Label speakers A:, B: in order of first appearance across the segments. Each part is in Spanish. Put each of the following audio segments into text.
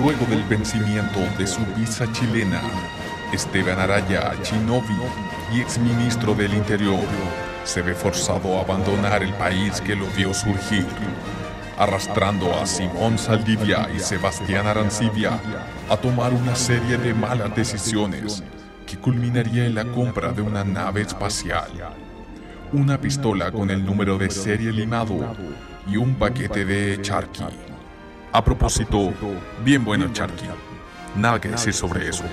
A: Luego del vencimiento de su visa chilena, Esteban Araya Chinovi y exministro del Interior se ve forzado a abandonar el país que lo vio surgir, arrastrando a Simón Saldivia y Sebastián Arancibia a tomar una serie de malas decisiones que culminaría en la compra de una nave espacial, una pistola con el número de serie limado y un paquete de charqui. A propósito, bien bueno, Charqui. Nada que decir sobre eso.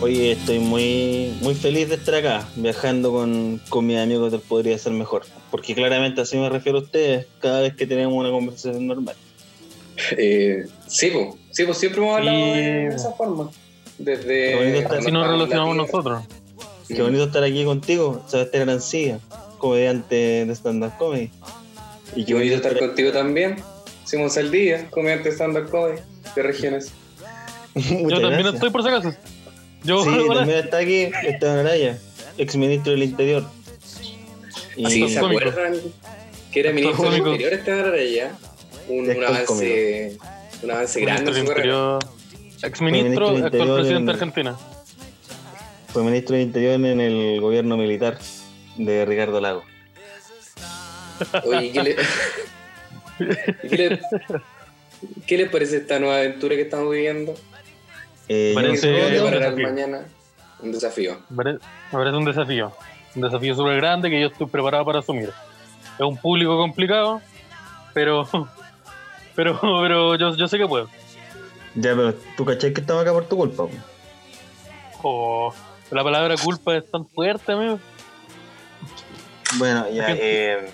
B: Hoy estoy muy, muy feliz de estar acá, viajando con, con mis amigos del Podría Ser Mejor. Porque claramente así me refiero a ustedes cada vez que tenemos una conversación normal.
C: Eh, sí, pues, sí, po, siempre hemos hablado
B: Sí,
C: de
B: po.
C: esa forma.
B: Qué bonito
C: Desde.
B: estar
C: cuando
B: así
D: Si nos
C: estábamos en
D: relacionamos
C: la
D: nosotros.
B: Qué bonito estar aquí contigo, Sebastián Arancilla, comediante de stand-up comedy.
C: Y qué bonito estar contigo también. Simón Saldía, comediante stand-up comedy de regiones.
D: Yo también estoy por si acaso. Yo
B: Sí,
D: hola.
B: también está aquí Esteban Araya, exministro del Interior. Y
C: Sí, ¿se
D: cómico.
C: acuerdan? Que era
D: Actor
C: ministro del
D: cómico.
C: Interior este Araya. Un,
B: Actor
C: un avance. Un avance grande
D: Ministro
C: en
D: del
C: su carrera.
D: Interior,
B: Ministro
D: exministro,
B: del
D: actual
B: Interior
D: presidente
B: en-
D: de Argentina.
B: fue ministro del Interior en el gobierno militar de Ricardo Lago.
C: Oye, ¿y ¿qué le, ¿y qué le, qué les parece esta nueva aventura que estamos viviendo?
B: Eh, yo-
C: ¿Qué
D: Parece- un
C: se va a preparar
D: desafío.
C: mañana? Un desafío.
D: Me pare- me parece un desafío. Un desafío súper grande que yo estoy preparado para asumir. Es un público complicado, pero. Pero, pero yo, yo sé que puedo.
B: ya, pero tú cachai que estamos acá por tu culpa. po.
D: Oh, la palabra culpa es tan fuerte, amigo.
B: Bueno, ya. eh,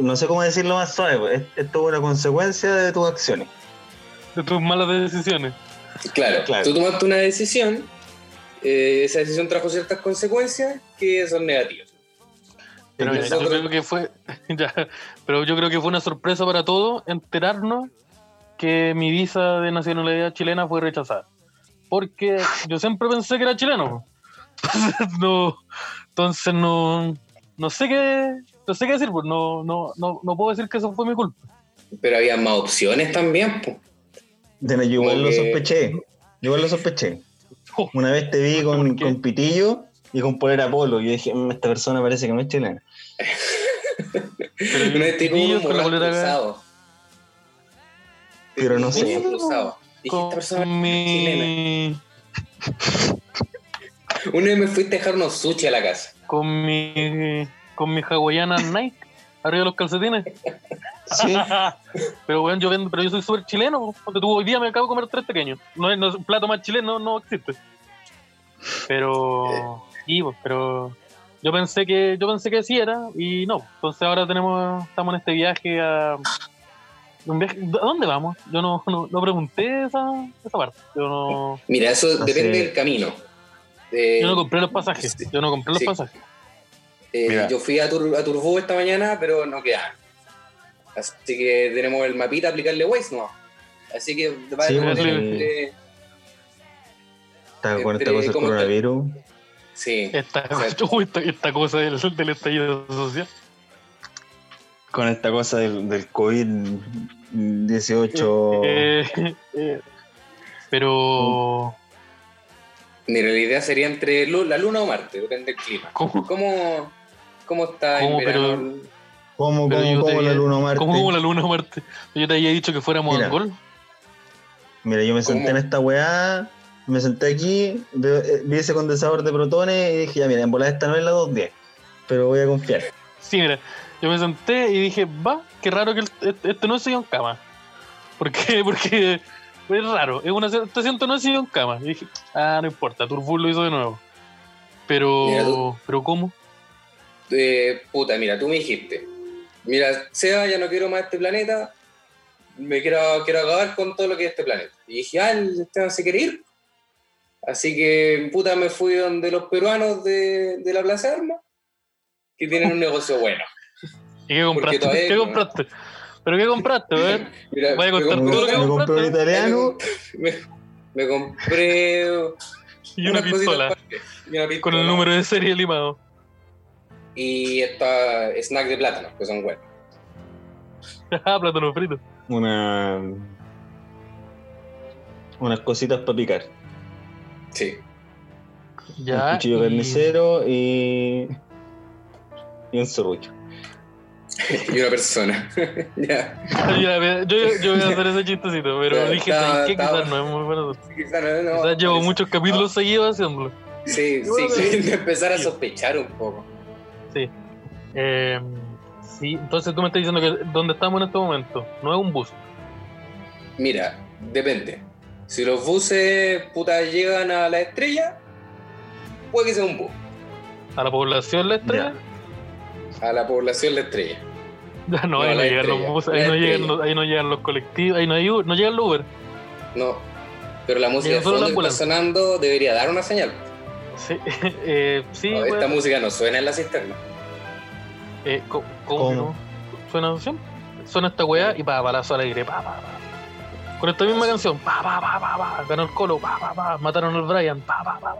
B: no sé cómo decirlo más suave. po. Es- Esto es una consecuencia de tus acciones.
D: De tus malas decisiones.
C: Claro,
B: Claro.
C: tú tomaste una decisión, eh, esa decisión trajo ciertas consecuencias que son negativas.
D: Pero
C: Y
D: mira, yo
C: nosotros-
D: creo que fue. ya, pero yo creo que fue una sorpresa para todos enterarnos que mi visa de nacionalidad chilena fue rechazada. Porque yo siempre pensé que era chileno. Entonces no. Entonces no. No sé qué. No sé qué decir, pues no, no, no, no puedo decir que eso fue mi culpa.
C: Pero había más opciones también, po.
B: De yo igual
C: Como
B: lo
C: que-
B: sospeché. Yo igual lo sospeché. Una vez te vi con,
D: Oh. ¿Por qué?
B: con pitillo y con polera polo. Y yo dije, "Mm, esta persona parece que no es chilena.
C: Una vez te digo
D: Niños
C: como
D: con la
C: morado
D: polera-
C: cruzado.
B: Pero no
C: Te digo
B: sé.
C: morado cruzado. Dije, esta persona
D: con
C: es chilena.
D: mi,
C: Una vez me fuiste a dejar unos sushi a la casa.
D: con mi con mi hawaiana Nike arriba de los calcetines.
B: Sí.
D: pero bueno, yo vendo, pero yo soy súper chileno. Porque tú hoy día me acabo de comer tres pequeños. No, es- no es- un plato más chileno no existe. Pero
C: Eh.
D: sí, pues, pero yo pensé que yo pensé que sí era y no. Entonces ahora tenemos estamos en este viaje a un viaje- ¿A dónde vamos? Yo no, no, no pregunté esa, esa parte. Yo no,
C: Mira, eso
B: Ah, sí.
C: depende del camino. Eh,
D: yo no compré los pasajes.
C: sí.
D: Yo no compré los
C: Sí.
D: pasajes.
C: eh,
B: Mira.
C: yo fui a, Tur a Turbú esta mañana, pero no queda. Así que tenemos el mapita, aplicarle Waze nomás. Así que va
B: Sí, pues,
C: a depender
D: porque-
C: de-
B: Está con esta
C: Entre-
B: cosa del
C: ¿cómo está?
B: coronavirus.
C: Sí.
D: Esta,
C: Exacto.
D: uy, esta, esta cosa del, del estallido social.
B: Con esta cosa del, del COVID-18.
D: Eh, eh, pero,
C: Mira, la idea sería entre lu- la luna o Marte, depende del clima.
D: ¿cómo,
C: ¿Cómo, cómo está
D: ¿Cómo,
C: en verano?
B: ¿Cómo,
D: pero
B: cómo,
D: yo
B: cómo
D: te-
B: la luna o Marte?
D: cómo como la luna muerte? Yo te había dicho que fuéramos
B: Mira.
D: a Angol.
B: Mira, yo me senté
C: ¿Cómo?
B: en esta weá, me senté aquí, veo- eh, vi ese condensador de protones y dije, ya mira, en volada esta no es la 210, pero voy a confiar.
D: Sí, mira, yo me senté y dije, va, qué raro que el- este, este no es sillón cama. ¿Por qué? Porque es raro, es una, este asiento no es sillón cama. Y dije, ah, no importa, Turbul lo hizo de nuevo.
C: Mira,
D: Pero,
C: tú-
D: pero ¿cómo?
C: Eh, puta, mira, tú me dijiste. Mira, Seba, ya no quiero más este planeta. Me quiero, quiero acabar con todo lo que es este planeta. Y dije, ah, el Esteban se quiere ir. Así que, puta, me fui donde los peruanos de, de la Plaza de Armas. que tienen un negocio bueno.
D: ¿Y qué compraste?
C: todavía-
D: ¿Qué compraste? ¿Pero qué compraste? A ver.
C: Mira,
D: Voy a
C: me
D: contar
C: compré-
D: todo lo que
C: me-
D: compraste?
B: Me compré un italiano.
C: me, me compré
D: Y una
C: unas cositas
D: pistola.
C: aparte, y una
D: Con
C: pistola
D: el número de serie limado.
C: y esta snack de plátano, que son buenos.
D: Ajá, Ah, plátano frito.
B: Una. Unas cositas para picar.
C: Sí.
D: Ya.
B: un cuchillo
D: y-
B: carnicero y. Y un serrucho.
C: Y una persona. ya.
D: Ya, mira, yo, yo voy a hacer ese chistecito, pero
C: Está-
D: dije, ¿sabes qué?
C: está-
D: Quizás no es muy bueno.
C: Quizá no- no,
D: Quizás llevo
C: parece-
D: muchos
C: Ah.
D: capítulos seguidos haciéndolo.
C: Sí, sí,
D: Bueno,
C: sí,
D: pero-
C: empezar a sospechar un poco.
D: Eh, sí, entonces tú me estás diciendo que donde estamos en este momento no es un bus.
C: Mira, depende. Si los buses puta llegan a la estrella, puede que sea un bus.
D: A la población la estrella.
C: A la población la estrella.
D: Ya, no,
C: No,
D: ahí no
C: la
D: llegan los
C: estrella,
D: buses, ahí
C: la
D: no, llegan
C: estrella.
D: los, ahí no llegan los colectivos, ahí no, hay, U- no llega el Uber.
C: No. Pero la música
D: Llega
C: de
D: solo
C: fondo
D: la
C: que está
D: ambulancia.
C: sonando debería dar una señal.
D: Sí, eh, sí
C: No, esta
D: bueno,
C: música no suena en la cisterna.
D: eh, co- ¿cómo,
B: ¿Cómo?
D: que no? Suena canción, suena esta weá y pa, balazo al aire, pa, pa, pa. Con esta misma canción, pa, pa, pa, pa, pa, ganó el Colo, pa, pa, pa, mataron al Brian, pa, pa, pa.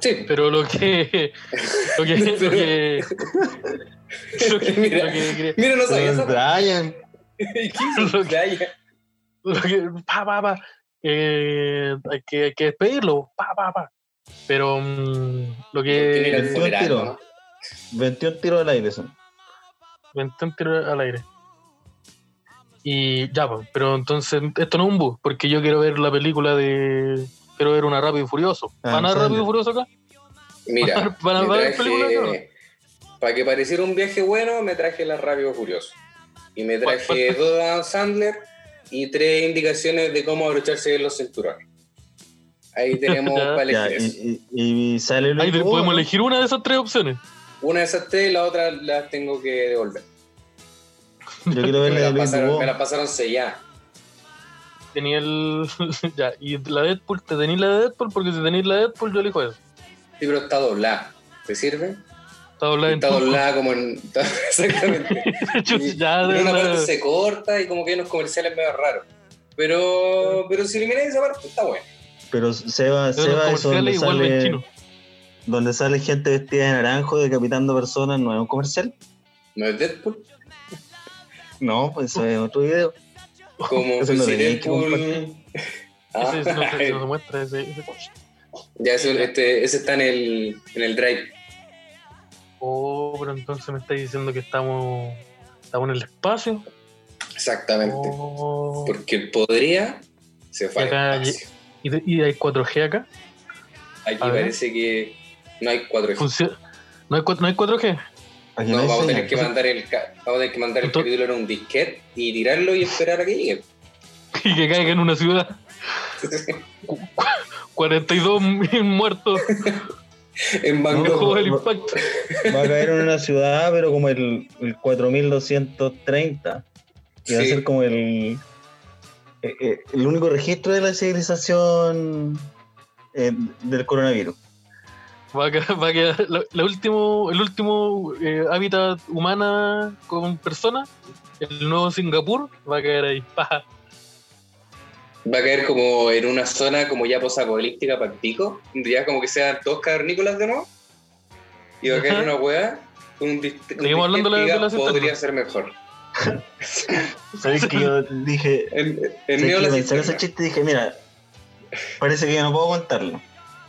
C: Sí.
D: Pero lo que. Lo que. Lo que. Lo que.
C: Mira.
D: Lo que, quería-
C: Mira, no
D: Pues,
C: sabía
B: Pero
C: eso.
B: Brian.
C: ¿Qué hizo?
D: Lo que-
C: Vaya.
D: lo que- pa, pa, pa. Eh, hay, que, hay que despedirlo, pa, pa, pa. Pero mm, lo
C: Tiene que ir al
D: que.
B: fue-
C: funeral,
B: tiro.
C: ¿no?
B: 21 tiros al aire son.
D: Me intenté tirar al aire. Y ya, po, pero entonces esto no es un bus, porque yo quiero ver la película de. Quiero ver una Rápido y Furioso.
B: Ah,
D: ¿Van a
B: entiendo.
D: Rápido y Furioso acá?
C: Mira,
D: ¿Van a
C: me
D: ver películas,
C: traje, para que pareciera un viaje bueno, me traje la Rápido Furioso. Y me traje dos de Adam Sandler y tres indicaciones de cómo abrocharse los cinturones. Ahí tenemos
D: Ya.
C: para
B: Ya,
C: elegir eso.
B: y, y, y sale el
D: Ahí
B: único
D: podemos
B: uno.
D: elegir una de esas tres opciones.
C: Una de esas tres, la otra las tengo que devolver.
B: Yo quiero
C: Me
B: ver la de
C: las
B: Luis
C: pasaron,
B: Dubó.
C: me las pasaron selladas.
D: Tenía el. ya, y la Deadpool, te tenéis la de Deadpool, porque si tenéis la de Deadpool, yo elijo eso.
C: Sí, pero está doblada. ¿Te sirve?
D: Está doblada en
C: Está
D: turco.
C: doblada como en. Exactamente. Y-
D: ya,
C: y en una
D: la-
C: parte se corta y como que hay unos comerciales medio raros. Pero, pero si elimináis esa parte, está bueno.
B: Pero Seba,
D: de los
B: Seba eso donde
D: comerciales igual en
B: sale,
D: chino.
B: donde sale gente vestida de naranjo decapitando personas, ¿no es un comercial?
C: ¿No es Deadpool?
B: No, pues eso es otro video.
C: Como
B: Eso no
C: si
B: tenía que
C: Deadpool. Ah,
D: Ese es- no se- no se muestra ese- ese-
C: ya, ese, este, ese está en el, en el drive.
D: Oh, pero entonces me estáis diciendo que estamos. Estamos en el espacio.
C: Exactamente.
D: Oh.
C: Porque el podría se fue
D: Y acá
C: al espacio.
D: ¿Y, de- y hay 4G acá?
C: Aquí
D: a ver.
C: parece que no hay 4G.
D: Funcio- ¿No, hay, cua- ¿No hay 4G?
B: Aquí
C: No,
B: no hay
C: vamos a tener
B: señal.
C: que mandar el, ca- vamos a tener que mandar el
D: Entonces-
C: capítulo en un disquete y tirarlo y esperar a que llegue.
D: Y que caiga en una ciudad. Cu- cu- 42 mil muertos
C: en Bangkok.
D: luego del
B: no.
D: impacto.
B: Va a caer en una ciudad, pero como el, el 4230. Y va a
C: Sí.
B: ser como el, eh, eh, el único registro de la civilización eh, del coronavirus.
D: Va a quedar, va a quedar la, la último, el último eh, hábitat humana con personas, el nuevo Singapur, va a caer ahí. Paja.
C: Va a caer como en una zona como ya posapocalíptica para el pico, donde ya como que sean todos cavernícolas de nuevo. Y va a caer
D: Ajá.
C: una hueá con un dist- un
D: Seguimos hablando de la-
C: distinctivo
D: de la
C: podría
D: cisterna.
C: ser mejor.
B: ¿Sabes que yo dije,
C: En,
B: Sí,
C: en
B: que
C: medio de la
B: pensé en ese
C: cisterna.
B: chiste y dije, mira, parece que ya no puedo contarlo.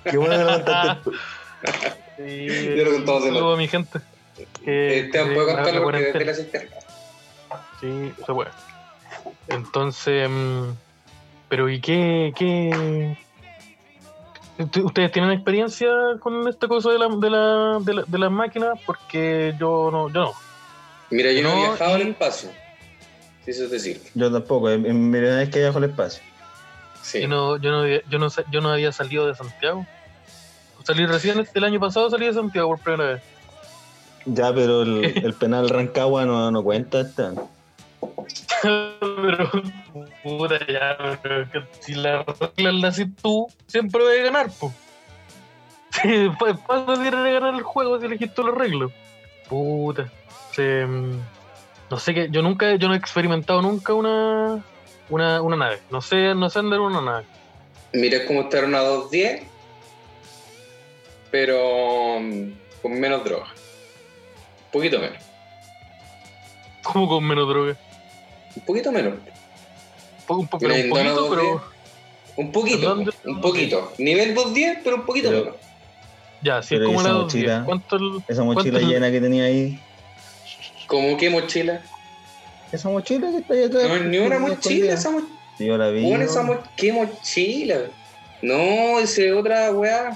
B: Qué bueno que lo contaste tú.
D: Ah. Sí,
C: Yo lo contaba hace
D: saludo a mi gente. Que,
C: Eh, te
D: que
C: puedo
D: se- la
C: contarlo porque
D: cuarentena.
C: desde la cisterna.
D: Sí, se puede. Entonces, mm, pero ¿y qué? qué? ¿Ust- ¿Ustedes tienen experiencia con esta cosa de, la, de, la, de, la- de las máquinas? Porque yo no, yo no.
C: Mira, yo no,
D: No,
C: he viajado
D: y-
C: al espacio. Si eso es decir.
B: Yo tampoco, es es mi primera vez que viajo al espacio.
C: Sí.
D: Yo no, yo no, había- yo no, sa- yo no había salido de Santiago. Salí recién este, el año pasado, salí de Santiago por primera vez.
B: Ya, pero el, el penal Rancagua no, no cuenta. Esta.
D: pero, puta, ya, pero que si la arreglas así tú, siempre voy a ganar, po. Sí, pues, pa- pasa de regalar el juego si elegís tú los arreglos. Puta. se- mm, no sé qué. Yo nunca, yo no he experimentado nunca una, una, una nave. No sé, no sé andar una nave.
C: Miré cómo estar una 210, pero mm, con menos droga. Un poquito menos.
D: Como con menos droga.
C: Un poquito menos.
D: Po- un po- pero un
C: Mira, en Donald
D: poquito, pero.
C: Un poquito,
D: Fernando.
C: un poquito. Nivel 210, pero un poquito
B: Pero-
C: menos.
D: Ya, si es
B: Pero
D: como
B: esa
D: la
B: mochila-
D: 210. ¿Cuánto el-
B: Esa mochila
D: ¿Cuánto-
B: llena que tenía ahí.
C: ¿Cómo qué mochila?
B: Esa mochila que está ahí atrás.
C: No es ni una mochila, esa mochila.
B: Sí, Yo la vi.
C: Bueno,
B: ¿no?
C: esa mo- ¿qué mochila? No, ese es otra weá.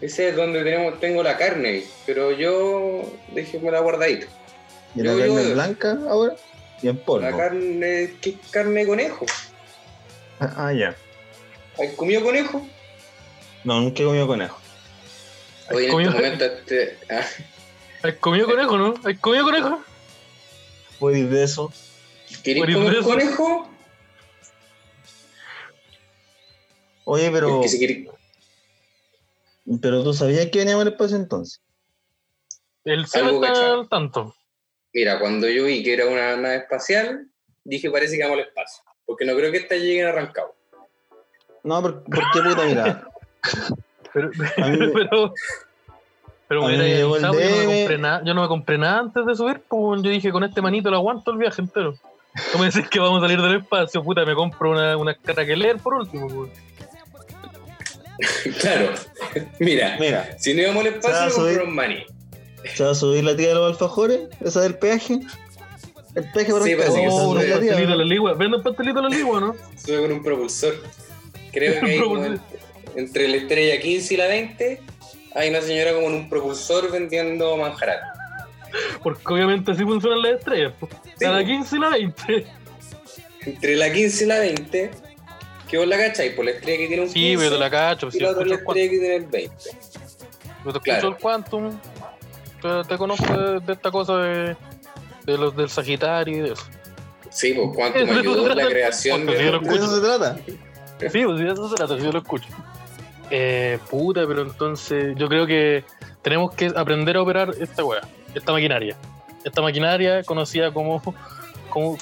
C: Ese es donde tenemos, tengo la carne, pero yo la guardadita.
B: Y la
C: yo-
B: carne
C: yo-
B: blanca ahora. Y en
C: La
B: polvo.
C: carne, ¿qué carne de conejo?
B: Ah, ah, ya.
C: ¿Has comido conejo?
B: No, nunca he comido conejo.
C: Oye, en
D: comido-
C: este momento este- ah,
D: ¿Has comido conejo, no? ¿Has comido conejo?
B: Puedo ir de eso.
C: ¿queréis
D: Morir
C: comer
D: preso.
C: conejo?
B: Oye, pero,
C: Porque si queréis-
B: pero tú sabías que veníamos al espacio entonces.
D: El cero
C: Algo
D: está
C: cachado.
D: al tanto.
C: Mira, cuando yo vi que era una nave espacial, dije parece que vamos al espacio. Porque no creo que estas lleguen a Rancagua.
B: No, por, ¿por qué puta mira?
D: Pero,
B: A mí me-
D: pero, pero
B: a
D: me
B: mí
D: hubiera
B: me llegó el
D: avisado, yo, no me
B: DM.
D: compré nada, yo no me compré nada antes de subir, pues yo dije, con este manito lo aguanto el viaje entero. Tú me decís que vamos a salir del espacio, puta, me compro una, una craqueler por último. pues.
C: claro. Mira,
B: Mira,
C: si no íbamos al
B: Se va a
C: espacio,
B: subir.
C: compramos maní.
B: se va a subir la tía de los alfajores, esa del peaje. El peaje para
C: Sí,
B: el
C: parece que
D: Oh,
C: son
D: unos
C: de-
D: pastelitos a la ligua. Venden pastelitos a la ligua, ¿no?
C: Sube con un propulsor. Creo que hay como en- entre la estrella 15 y la 20 hay una señora como en un propulsor vendiendo manjar.
D: Porque obviamente así funcionan las estrellas. pues.
C: Sí,
D: a la
C: pues.
D: 15 y la 20.
C: Entre la 15 y la 20, que vos la cacháis por la estrella que tiene un
D: Sí,
C: 15
D: pero te la cacho.
C: y
D: Si
C: la otra es la
D: escucho el
C: estrella
D: Quantum.
C: que tiene el 20.
D: Yo te escucho
C: Claro.
D: el Quantum. Te, te conozco de, de esta cosa de, de los del Sagitario y de eso.
C: Sí, pues cuánto me ayudó en la creación
D: Porque yo lo
C: de...
B: ¿De eso se trata?
D: Sí, pues sí, de eso se trata, sí, yo lo escucho. Eh, puta, pero entonces yo creo que tenemos que aprender a operar esta weá, esta maquinaria. Esta maquinaria conocida como. como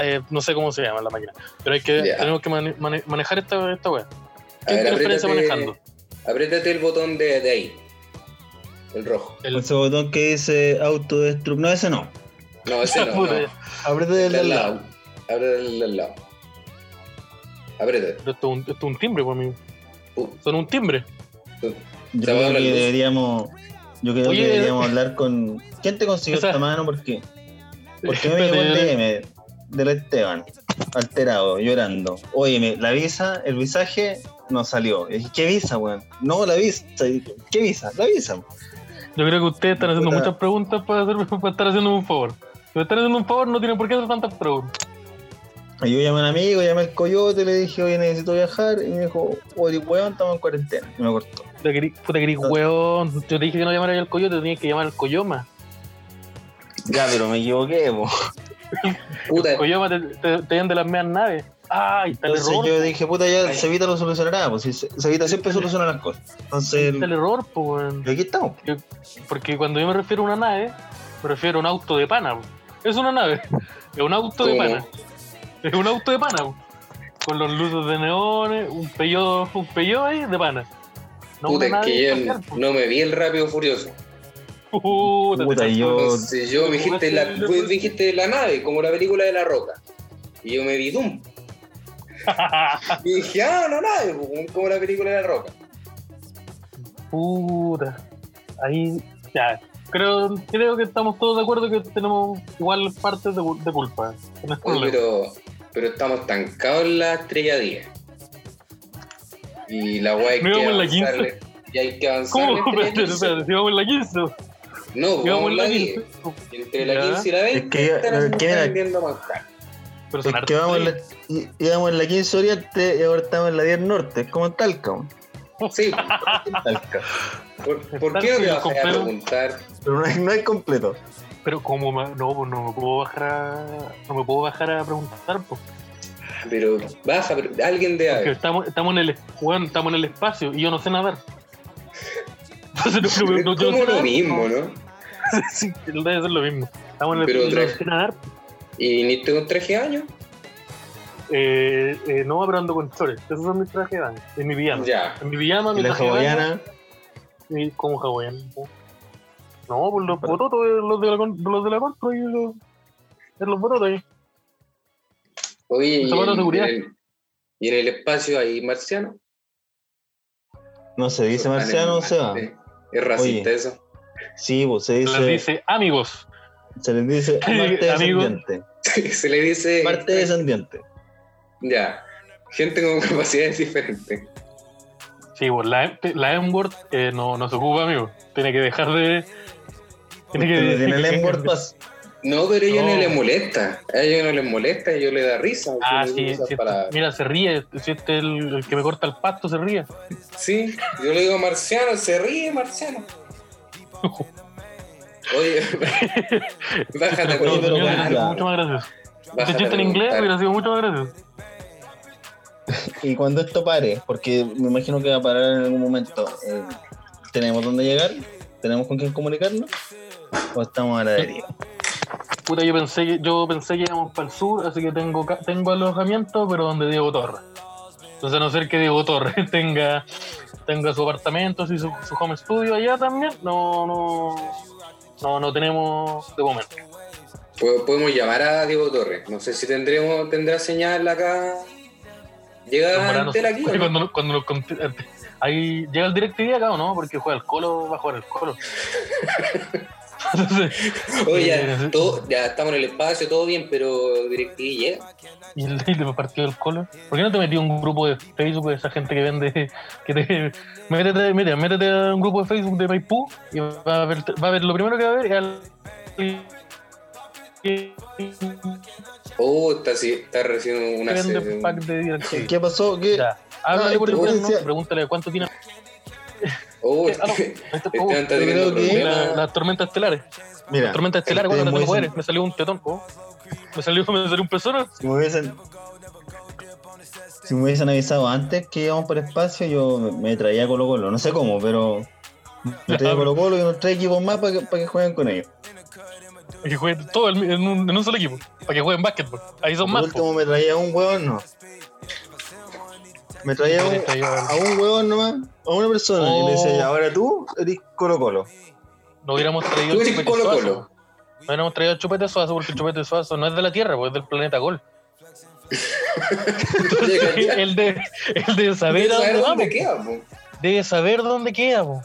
D: eh, no sé cómo se llama la máquina, pero hay que,
C: Ya.
D: tenemos que mane- mane- manejar esta, esta weá.
C: A
D: ¿Qué
C: ver,
D: interferencia
C: apriétate,
D: manejando?
C: apriétate el botón de, de ahí. El rojo.
D: El,
B: Ese botón que dice autodestruct. No, ese no.
C: No, ese no. no.
D: puta, ya.
B: Apriete
C: El
B: el
C: de
B: del
C: al
B: lado.
C: lado. Apriétate el de al lado. Apriétate.
D: Pero esto, es un- esto es un timbre, por mí.
C: Uh,
D: Son un timbre.
B: Yo
C: Se va a
B: creo
C: dar la
B: que
C: luz.
B: deberíamos. Yo creo
D: Oye,
B: que deberíamos hablar con. ¿Quién te consiguió
D: Esa-
B: esta mano? Porque, porque me llegó el DM del Esteban, alterado, llorando. Oye, me- la visa, el visaje no salió. Y dije, ¿qué visa, weón? No, la visa. Y dije, ¿Qué visa? La visa.
D: Yo creo que ustedes están haciendo
B: Puta.
D: muchas preguntas para, hacer- para estar haciendo un favor. Si me están haciendo un favor, no tienen por qué hacer tantas preguntas.
B: Y yo llamé a un amigo, llamé al coyote, le dije, oye, necesito viajar. Y me dijo, oye, weón, estamos en cuarentena. Y me cortó.
D: Puta que eres- puta que eres weón. Yo te dije que no llamaras al coyote, tenías que llamar al coyoma.
B: Ya, pero me equivoqué, po.
C: Puta,
D: Coyoma te, te, te dan de las meas naves. ¡Ay! Está el
B: Entonces
D: error.
B: yo dije, puta, ya
C: Ay.
B: Cevita lo solucionará, pues si Ce- Cevita siempre soluciona las cosas. Entonces,
D: Está el error, po, weón.
B: y aquí estamos.
D: Porque cuando yo me refiero a una nave, me refiero a un auto de pana. po. Es una nave. Es un auto de
C: ¿Cómo?
D: pana. Es un auto de pana. po. Con los luces de neones, un peyó, un peyó ahí de pana. No
C: puta,
D: una
C: es que
D: nave
C: yo
D: espacial, po.
C: no me vi el rápido furioso.
D: Puta, te
B: Puta, yo-
C: Entonces yo me dijiste la,
D: Jugaste-
C: vos dijiste la nave, como la película de la roca. Y yo me vi Doom. Y dije, ah, la nave, pues, como la película de la roca.
D: Puta. Ahí, ya. Creo, creo que estamos todos de acuerdo que tenemos igual partes de, de culpa. No es
C: Oye,
D: problema.
C: pero, pero estamos tancados en la estrella 10. Y la weá hay
D: No
C: que
D: íbamos en la
C: avanzarle. Y hay que avanzar.
D: ¿Cómo?
C: en la
D: Espérate,
C: estrella 15.
D: espérate, si vamos en la 15.
C: No, pues,
D: si
C: vamos
D: vamos
C: en la 10. Y entre la
D: Ya.
C: 15 y la 20
B: Es que-
C: están
B: es que era-
C: vendiendo manjar.
D: Pero
B: Es
D: son hartas
B: que vamos en la,
D: estrellas.
B: í- íbamos en la 15 Oriente y ahora estamos en la 10 Norte, es como en Talca. weón.
C: Sí,
B: Talca.
C: ¿por, por qué no te vas a
D: Completo.
C: preguntar?
B: Pero no es, no es completo.
D: Pero como ma- no, pues no me puedo bajar a, no me puedo bajar a preguntar, pues,
C: Pero baja, pero alguien de
D: porque
C: ave.
D: estamos, estamos en el weón, estamos en el espacio y yo no sé nadar. Entonces, no, no, no,
C: Es como
D: yo-
C: lo mismo, ¿no?
D: sí, debe ser lo mismo. Estamos en el
C: Pero
D: en la
C: traje.
D: oficina de Arp.
C: ¿Y viniste con traje de baño?
D: Eh, eh, no, pero ando con chores. Esos son mis trajes de baño. En mi pijama.
C: Ya.
D: En mi pijama,
B: Y
D: mi
B: la
D: traje de baño.
B: hawaiana,
D: Y como hawaiano. No, pues los bototos, eh, los de la, con- los de la contra y los, eh, los bototos. eh.
C: Oye, y
D: Zapatos de
C: en,
D: seguridad.
C: en el, y en el espacio ahí, marciano.
B: no se dice marciano, se va.
C: Sí. Es racista
B: Oye.
C: eso.
B: Sí, pues se
D: Les
B: dice,
D: dice amigos.
B: se les dice Marte
D: Amigo.
B: descendiente.
C: Se le dice.
B: Marte descendiente.
C: Ya. Gente con capacidades diferentes.
D: Sí, pues la, la M-Word eh, no, no se ocupa, amigo. Tiene que dejar de. Tiene que
B: Tiene pues.
D: decir
B: el
D: que-
B: N-word pas-
C: No, pero a ellos no,
D: No.
C: les molesta. A ellos no les molesta, a ellos les da risa.
D: Ah,
C: Ellos
D: sí,
C: usan
D: sí,
C: para-
D: mira, se ríe. Si este es el, el que me corta el pasto, se ríe.
C: Sí, yo le digo marciano, se ríe marciano. Oye, bájate a
D: Pero
B: pero
D: señor,
B: bueno,
D: hubiera sido
B: claro.
D: mucho más gracioso.
C: Bájate
D: Este
C: a
D: chiste en inglés
C: preguntar.
D: hubiera sido mucho más gracioso.
B: Y cuando esto pare, porque me imagino que va a parar en algún momento, eh, ¿tenemos dónde llegar? ¿Tenemos con quién comunicarnos? ¿O estamos a la deriva?
D: Puta, yo pensé que, yo pensé que íbamos para el sur, así que tengo, ca- tengo alojamiento, pero donde Diego Torres. Entonces, a no ser que Diego Torres tenga, tenga su apartamento, así, su, su home studio allá también, no, no, no, no tenemos de momento.
C: Po- Podemos llamar a Diego Torres. No sé si tendremos, tendrá señal acá. Llega
D: Morano,
C: Antel aquí. ¿o
D: oye,
C: no?
D: cuando, nos- cuando nos cont- ahí llega el DirecTV acá o no, porque juega el Colo, va a jugar el Colo. Entonces,
C: Oye,
D: eh,
C: ya, todo- ya estamos en el espacio, todo bien, pero DirecTV llega.
D: y el y el partido del Colo. ¿Por qué no te metí a un grupo de Facebook de esa gente que vende? Que te, métete, mira, métete a un grupo de Facebook de Maipú y va a ver, va a ver lo primero que va a ver es al. que
C: Oh, está, sí, está recibiendo una
D: vende pack de DirecTV.
B: ¿Qué este, pasó? ¿Qué?
D: Ya, Háblale por el
B: Ay, te voy a
D: teléfono,
B: decir-
D: pregúntale cuánto tiene.
C: Oh,
D: Ah, no.
C: este-
D: Oh,
C: Esteban está
B: yo
C: teniendo
B: creo que-
D: la-
C: problemas.
D: las tormentas estelares.
B: Mira,
D: Tormenta estelar,
B: ustedes
D: bueno,
B: me
D: tengo
B: hubiesen-
D: poderes. Me salió un tetón, po. Me salió, me salió un pezón.
B: Si me hubiesen... Si me hubiesen avisado antes que íbamos por espacio, yo me- me traía a Colo Colo. No sé cómo, pero me traía a Colo Colo y unos tres equipos más para que, para que jueguen con ellos.
D: Que jueguen todo el- en, un, en un solo equipo. Para que jueguen básquetbol. Ahí son
B: Por
D: más, po.
B: último me traía un huevón, no. Me traía un- a un huevón nomás, a una persona, y le decía,
D: Oh.
B: "Ya, ahora tú eres Colo Colo.
D: No hubiéramos traído
C: Tú
D: el
C: eres
D: chupete
C: Colo
D: suazo.
C: Colo.
D: No hubiéramos traído el chupete suazo porque el chupete suazo no es de la Tierra, pues es del planeta Gol.
C: Llega ya.
D: Él debe, él debe saber
C: Quiero
D: a
C: saber
D: dónde
C: dónde
D: vamos.
C: queda, po.
D: Debe saber dónde queda, po.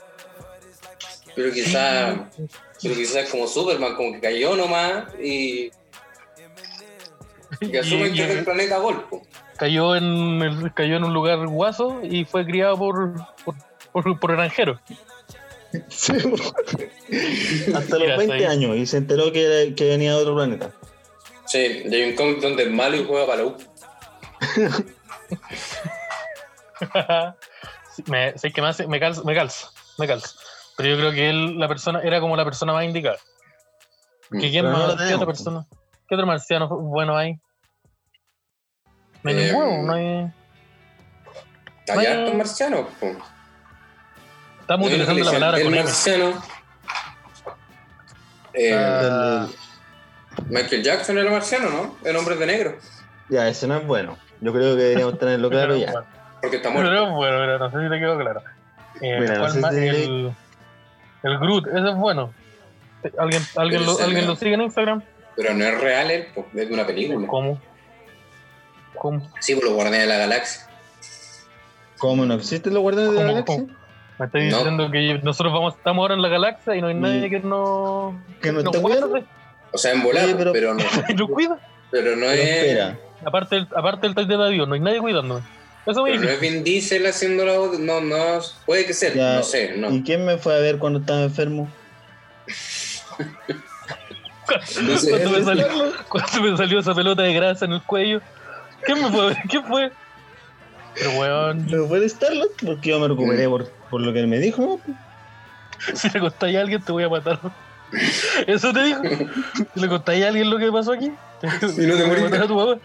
C: Pero quizás, pero quizás como Superman, como que cayó nomás y, y asumen
D: Y-
C: que es el
D: y-
C: planeta Golfo.
D: cayó, en el- cayó en un lugar guaso y fue criado por, por, por, por granjeros.
B: Sí, po. Hasta los
D: Mira,
B: 20
D: soy-
B: años y se enteró que, era- que venía de otro planeta.
C: Sí, y hay un cómic donde es malo y juega para la U.
D: Sí, me, sé que me, hace- me calza, me calza, me calza. Pero yo creo que él, la persona, era como la persona más indicada.
C: Mm,
D: ¿Que quién
B: pero no
D: más?
B: lo
D: ¿Qué
B: tenemos,
D: otra
B: pues.
D: persona? ¿Qué otro marciano bueno hay? No hay
C: Eh,
D: ninguno, no hay.
C: Está ya
D: Bueno.
C: estos marcianos, po.
D: Estamos
C: No,
D: utilizando la
C: dicen,
D: palabra
C: Eh, el
D: con M.
C: marciano. Eh,
D: Ah,
C: Michael Jackson era marciano, ¿no? El hombre de negro.
B: Ya, eso no es bueno. Yo creo que deberíamos tenerlo claro ya.
D: bueno,
C: Porque está muerto.
D: Pero bueno, pero no sé si te quedó claro. Eh,
B: Mira, no
D: ¿cuál
B: sé
D: más?
B: si-
D: el, el Groot, ese es bueno. Eh, ¿Alguien, alguien, lo,
C: Ese
D: ¿alguien
C: no.
D: lo sigue en Instagram?
C: Pero no es real él, po, es de una película.
D: ¿Cómo? ¿Cómo?
C: Sí, pues por los guardianes de la galaxia.
B: ¿Cómo no existen los guardianes de la
D: ¿Cómo,
B: galaxia?
D: Me estás
C: No.
D: diciendo que nosotros vamos, estamos ahora en la galaxia y no hay nadie que nos
B: Mm. que nos esté
D: guarde,
C: O sea, en volar,
B: Oye, pero-
C: pero no,
D: y nos cuida.
C: pero no
B: Pero
C: es.
B: espera,
D: Aparte, el- aparte del taxi de avión, no hay nadie cuidándome. Eso me
C: Pero no
D: dice.
C: es Vin Diesel haciendo la voz. No, no. Puede que sea,
B: Ya.
C: no sé, no.
B: ¿y quién me fue a ver cuando estaba enfermo?
C: Entonces,
D: Cuando me, salió, cuando me salió esa pelota de grasa en el cuello, ¿qué me fue? ¿Qué fue? Pero weón,
B: ¿Me fue de Starlord? Porque yo me recuperé por, por lo que él me dijo. ¿no?
D: si le contáis a alguien te voy a matar. Eso te dijo. Si le contáis a alguien lo que pasó aquí,
C: Y no te
D: voy a matar
C: moriste.
D: a tu papá.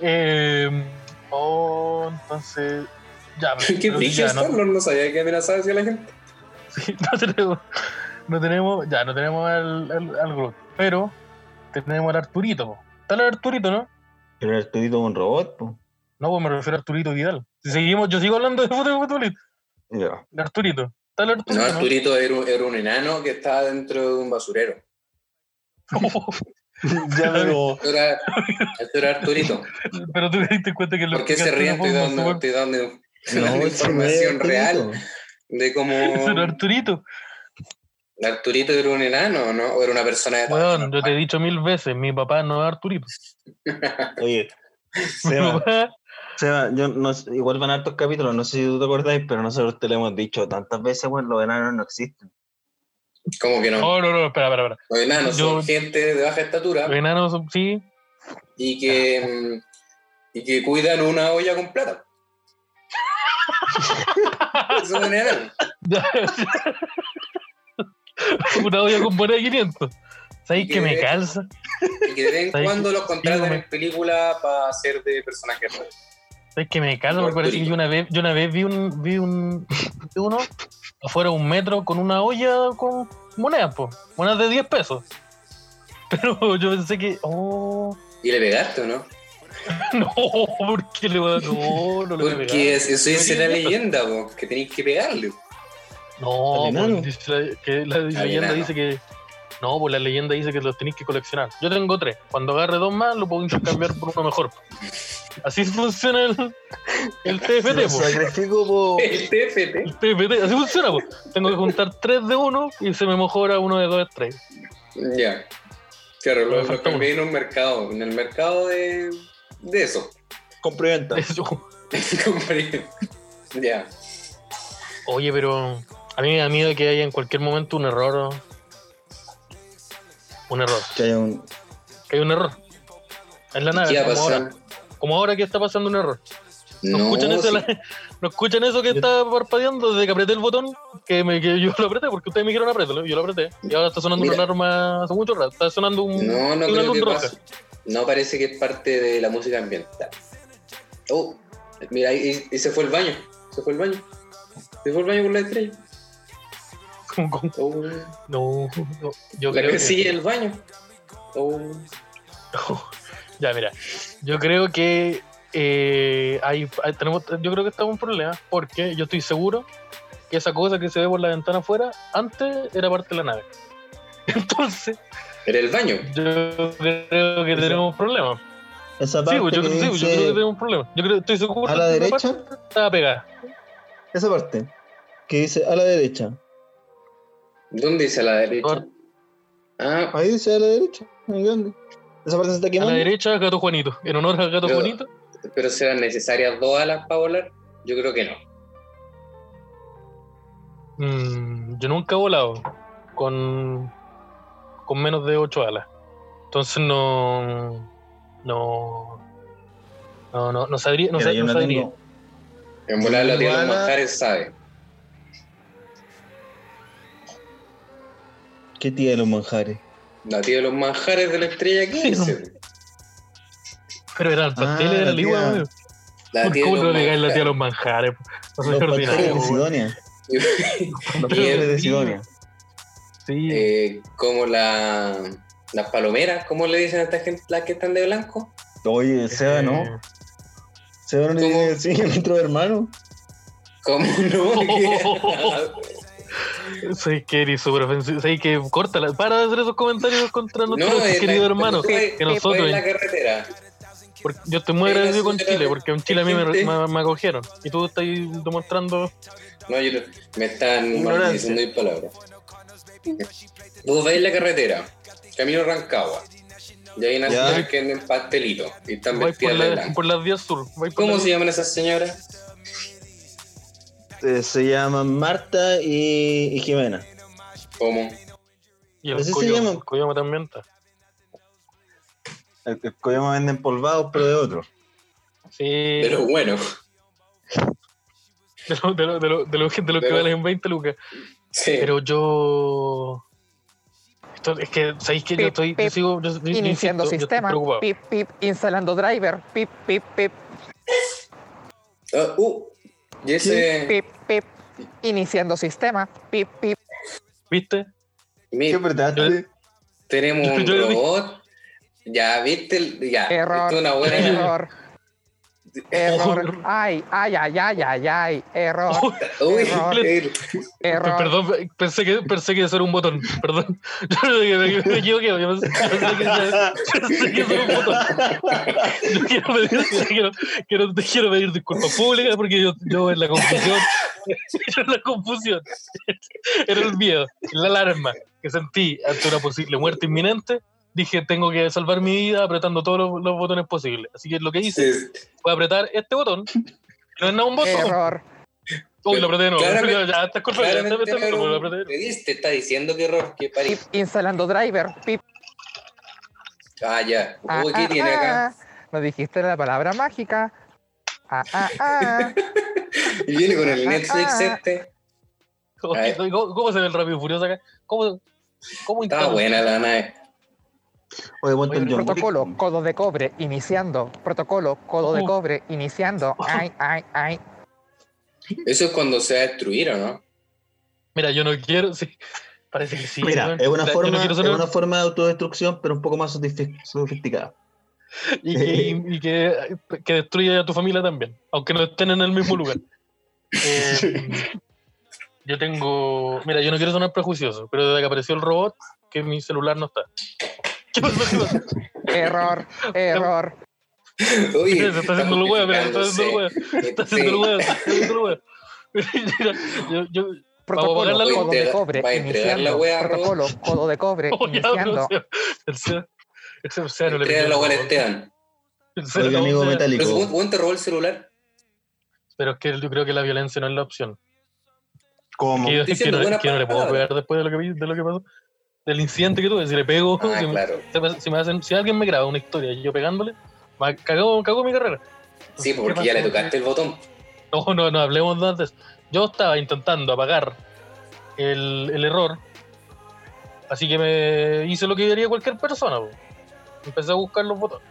D: Eh, oh, entonces. Ya,
C: Qué
D: pero ya,
C: brillo
D: no-
C: Star-Lord, no sabía que amenazaba hacia la gente.
D: Sí, no tenemos, no tenemos, ya, no tenemos al, al, al Groot, pero tenemos al Arturito. po. Está el Arturito, ¿no?
B: Pero el Arturito es un robot, po.
D: No, pues me refiero a Arturito Vidal. Si seguimos, yo sigo hablando de fútbol, futbolista.
B: Ya.
D: El Arturito. Está el Arturito.
C: No,
D: ¿no?
C: Arturito era un, era un enano que estaba dentro de un basurero.
B: ya, pero.
C: Esto era, esto era Arturito.
D: pero tú te diste cuenta que
C: ¿Por qué se ríen? Estoy dando, estoy dando
B: No,
C: información real
B: Arturito.
C: de
D: Es el
C: cómo
D: Arturito.
C: Arturito era un enano, ¿no? O era una persona de
D: Weón, yo te he dicho mil veces, mi papá no es Arturito.
B: Oye,
D: Mi
B: Seba,
D: papá-
B: Seba, yo no, sé- igual van hartos capítulos, no sé si tú te acordáis, pero nosotros te lo hemos dicho tantas veces, bueno, los enanos no existen.
C: Como que no.
D: Oh, no, no, espera, espera, espera.
C: Los enanos
D: yo-
C: son gente de baja
D: Los
C: estatura
D: enanos, son- sí,
C: y que, mm, y que cuidan una olla con plata. Eso es un enano.
D: Ya, ya. Una olla con moneda de 500. ¿Sabéis que me
C: ¿Qué?
D: calza?
C: Y que de vez en
D: ¿Sabes
C: cuando los contratan
D: Dígame.
C: en películas para hacer de personajes nuevos.
D: ¿Sabéis que me calza? Me parece que yo una vez, yo una vez vi un, vi un vi uno afuera de un metro con una olla con monedas, po. Monedas de 10 pesos. Pero yo pensé que, oh,
C: ¿Y le pegaste o no?
D: no, ¿por qué le voy a No, no le voy a pegar.
C: Porque es- eso dice
D: No,
C: la leyenda, po, que tenéis que pegarle.
D: No,
B: Al
D: pues,
B: enano.
D: dice la, que la leyenda
C: enano.
D: dice que. No, pues la leyenda dice que los tenéis que coleccionar. Yo tengo tres. Cuando agarre dos más, lo puedo intercambiar por uno mejor. Así funciona el, el TFT,
B: Los
D: po.
B: sacrifico po.
C: El TFT.
D: El TFT, así funciona, po. Tengo que juntar tres de uno y se me mejora uno de dos estrellas.
C: Ya. Claro,
D: Lo
C: lo, lo
D: faltamos.
C: cambié en un mercado, en el mercado de, de eso.
B: Compro y venta.
D: Eso.
C: Compré. ya.
D: Oye, pero a mí me da miedo que haya en cualquier momento un error. o- Un error.
B: Que hay un-
D: Que hay un error. En la
C: ¿Qué
D: nave,
C: va a
D: como
C: pasar?
D: ahora. Como ahora que está pasando un error. ¿No,
C: No,
D: escuchan, eso,
C: sí.
D: la- ¿No escuchan eso que está parpadeando desde que apreté el botón? Que, me, que yo lo apreté, porque ustedes me dijeron apriétalo, yo lo apreté. Y ahora está sonando una
C: Mira.
D: alarma hace mucho rato. Está sonando un,
C: no, no
D: una
C: creo
D: luz
C: que
D: roja.
C: pase. No parece que es parte de la música ambiental. Oh, mira, y, y se fue el baño. Se fue el baño. Se fue el baño con la estrella.
D: Como con-
C: Oh,
D: No, no, yo
C: la
D: creo
C: que
D: que...
C: sigue el baño. Oh,
D: Ya, mira. Yo creo que eh, hay, hay- tenemos, yo creo que está un problema, porque yo estoy seguro que esa cosa que se ve por la ventana afuera, antes era parte de la nave. Entonces,
C: era el baño.
D: yo creo que tenemos problemas.
B: Esa
D: Sí,
B: parte
D: pues, yo,
B: que
D: creo- sí, pues, yo
B: dice
D: creo que tenemos un problema. Yo creo, estoy seguro
B: a la
D: que esa
B: derecha,
D: parte estaba pegada.
B: esa parte que dice a la derecha.
C: ¿Dónde dice a la derecha?
D: Ahora-
C: Ah,
B: Ahí dice a la derecha, en grande. Esa parte se está
D: A la
B: quemando.
D: derecha, gato Juanito. En honor al gato
C: Pero-
D: Juanito.
C: pero ¿serán necesarias dos alas para volar? Yo creo que no.
D: mm, yo nunca he volado con, con menos de 8 alas. Entonces no. No. No, no, no sabría. No,
B: Mira,
D: sab-
B: yo
D: no
B: no
D: sabría.
B: tengo-
C: En volar la tierra de los
B: Iguala.
C: manjares sabe.
B: ¿Qué tía de los manjares?
C: La tía de los manjares de la estrella pues. 15.
D: Pero era el pastel,
B: Ah,
D: era
B: la
D: el igual,
B: tía.
D: amigo.
C: La
D: ¿Por
C: tía de
D: ¿Cómo no le caes la tía a
C: manjares.
D: los manjares? po? No soy
B: Los
D: ordinario,
B: pasteles de
D: po, weón.
B: Sidonia. Los
D: Bien.
B: pasteles de Sidonia.
D: Sí.
C: Eh, como la, las palomeras, ¿cómo le dicen a esta gente las que están de blanco?
B: Oye, Seba, ¿no?
D: Eh,
B: Seba no
C: ¿Cómo?
B: tiene sí, el otro hermano.
C: ¿Cómo no?
D: Sabéis que eres súper ofensivo. Sabéis que córtala. Para de hacer esos comentarios contra nuestro
C: es la-
D: querido hermano.
C: fue-
D: Que
C: fue
D: nosotros
C: en la carretera.
D: Porque yo estoy muy
C: Pero
D: agradecido
C: si
D: con
C: te-
D: Chile, porque en Chile a mí me,
C: gente-
D: me, me acogieron. Y tú estás demostrando.
C: No, yo, me están
B: Ignorancia.
C: maldiciendo mis palabras. Vos vais en la carretera, camino Rancagua. Y ahí unas
B: Ya.
C: señoras que venden pastelito y están
D: Vais por,
C: vestidas de
D: la,
C: blanco.
D: por las vías sur. vais por
C: ¿Cómo
D: las-
C: se llaman esas señoras?
B: Eh, se llaman Marta y, y Jimena.
C: ¿Cómo?
D: Y el
B: Así se
D: Coyoma,
B: llama.
D: el Coyoma también está.
B: El, el Coyama vende empolvados, pero de otro.
D: Sí,
C: Pero bueno,
D: de lo, de lo- de lo- de lo- de lo que
C: Pero-
D: valen 20 lucas.
C: sí.
D: Pero yo. Esto, es que, ¿sabéis que yo
E: Pip,
D: estoy. yo
E: pip,
D: sigo. Yo, yo- yo insisto,
E: Iniciando
D: yo estoy
E: sistema.
D: preocupado.
E: Pip, pip, instalando driver. Pip, pip, pip,
C: Ah, uh, y ese,
E: pip, pip. Iniciando sistema. Pip, pip.
D: ¿Viste?
C: Mi-
B: ¿Qué apretaste?
C: tenemos un
D: Yo le dije-
C: robot. Ya, viste, el- ya.
E: Error.
C: esto es una buena.
E: Error. Error. Ay, ay, ay, ay, ay, ay. Error.
C: Uy,
E: Error.
C: el-
E: Error.
D: Perdón, pensé que, pensé que eso era un botón. Perdón. Yo me, me equivoqué. Yo pensé, pensé que, era- pensé que eso era un botón. Yo quiero pedir, quiero, quiero- te quiero pedir disculpas públicas porque yo, yo en la confusión. Yo en la confusión. Era el miedo, la alarma que sentí ante una posible muerte inminente. Dije, tengo que salvar mi vida apretando todos los, los botones posibles. Así que lo que hice
C: se-
D: fue apretar este botón. No es nada un botón.
E: Error.
D: Uy, lo apreté de nuevo.
C: Eh, Claramente-
D: ya, está culpa, ya, está
C: claramente
D: está-
C: no era
D: lo
C: un-
D: apreté de nuevo.
C: te diste, te está diciendo que error, que
E: Pip,
C: parís.
E: instalando driver. Pip.
C: Ah, ya.
E: Ah,
C: Uy,
E: ah,
C: ¿qué tiene acá?
E: ah. No dijiste la palabra mágica. Ah, ah, ah.
C: Y viene con el
E: Ah,
C: Netflix
E: ah.
C: este.
D: Oye,
C: Ay.
D: ¿Cómo, cómo se ve el Rápido y Furioso acá? ¿Cómo, cómo
C: Está buena la nave.
B: Oye, ponte
D: Oye,
B: un John
E: Protocolo,
B: Wick.
E: codo de cobre, iniciando. Protocolo, codo de
D: Uh.
E: cobre, iniciando. Ay, ay, ay.
C: Eso es cuando se va a destruir, ¿o no?
D: Mira, yo no quiero. sí, Parece que sí.
B: Mira,
D: weón.
B: es una,
D: Yo no
B: forma,
D: quiero
B: es
D: sonar-
B: una forma de autodestrucción, pero un poco más sofistic- sofisticada.
D: Y, que, y que, que destruya a tu familia también, aunque no estén en el mismo lugar. Eh, yo tengo. Mira, yo no quiero sonar prejuicioso, pero desde que apareció el robot, que mi celular no está. ¿Qué pasó? ¿Qué pasó?
E: Error, error.
C: Oye,
D: Se está haciendo el huevo, mira, se está haciendo el huevo.
C: justificándose.
D: Está haciendo el huevo, está haciendo el huevo. Mira, yo, yo, Vamos a
E: Protocolo,
D: apagar la luz.
E: codo de cobre,
C: Va a entregar la
E: iniciando.
C: wea,
E: Protocolo, codo de cobre,
D: Oh, ya,
E: eh, iniciando.
D: pero, o sea, El Seba- el Seba no le
C: Entrega
D: pidió
C: la
D: el
C: hueá
D: robot.
C: Esteban.
D: El Seba
B: Oiga,
D: no,
B: amigo
D: o sea,
C: Pero
B: metálico.
C: ¿cu- ¿cuánto te robó el celular?
D: Pero es que yo creo que la violencia no es la opción.
B: ¿Cómo?
D: Que yo, que
C: diciendo
D: no,
C: buena
D: que yo no le puedo
C: palabra.
D: pegar después de lo que, vi- de lo que pasó. Del incidente que tuve. Si le pego,
C: Ah,
D: si, me-
C: claro.
D: se me- si me hacen- si alguien me graba una historia y yo pegándole, me cagó, cagó mi carrera.
C: Sí,
D: Entonces,
C: porque
D: ¿qué
C: ya le
D: pasó?
C: tocaste el botón.
D: No, no, no hablemos de antes. Yo estaba intentando apagar el, el error, así que me hice lo que haría cualquier persona. po. Empecé a buscar los botones.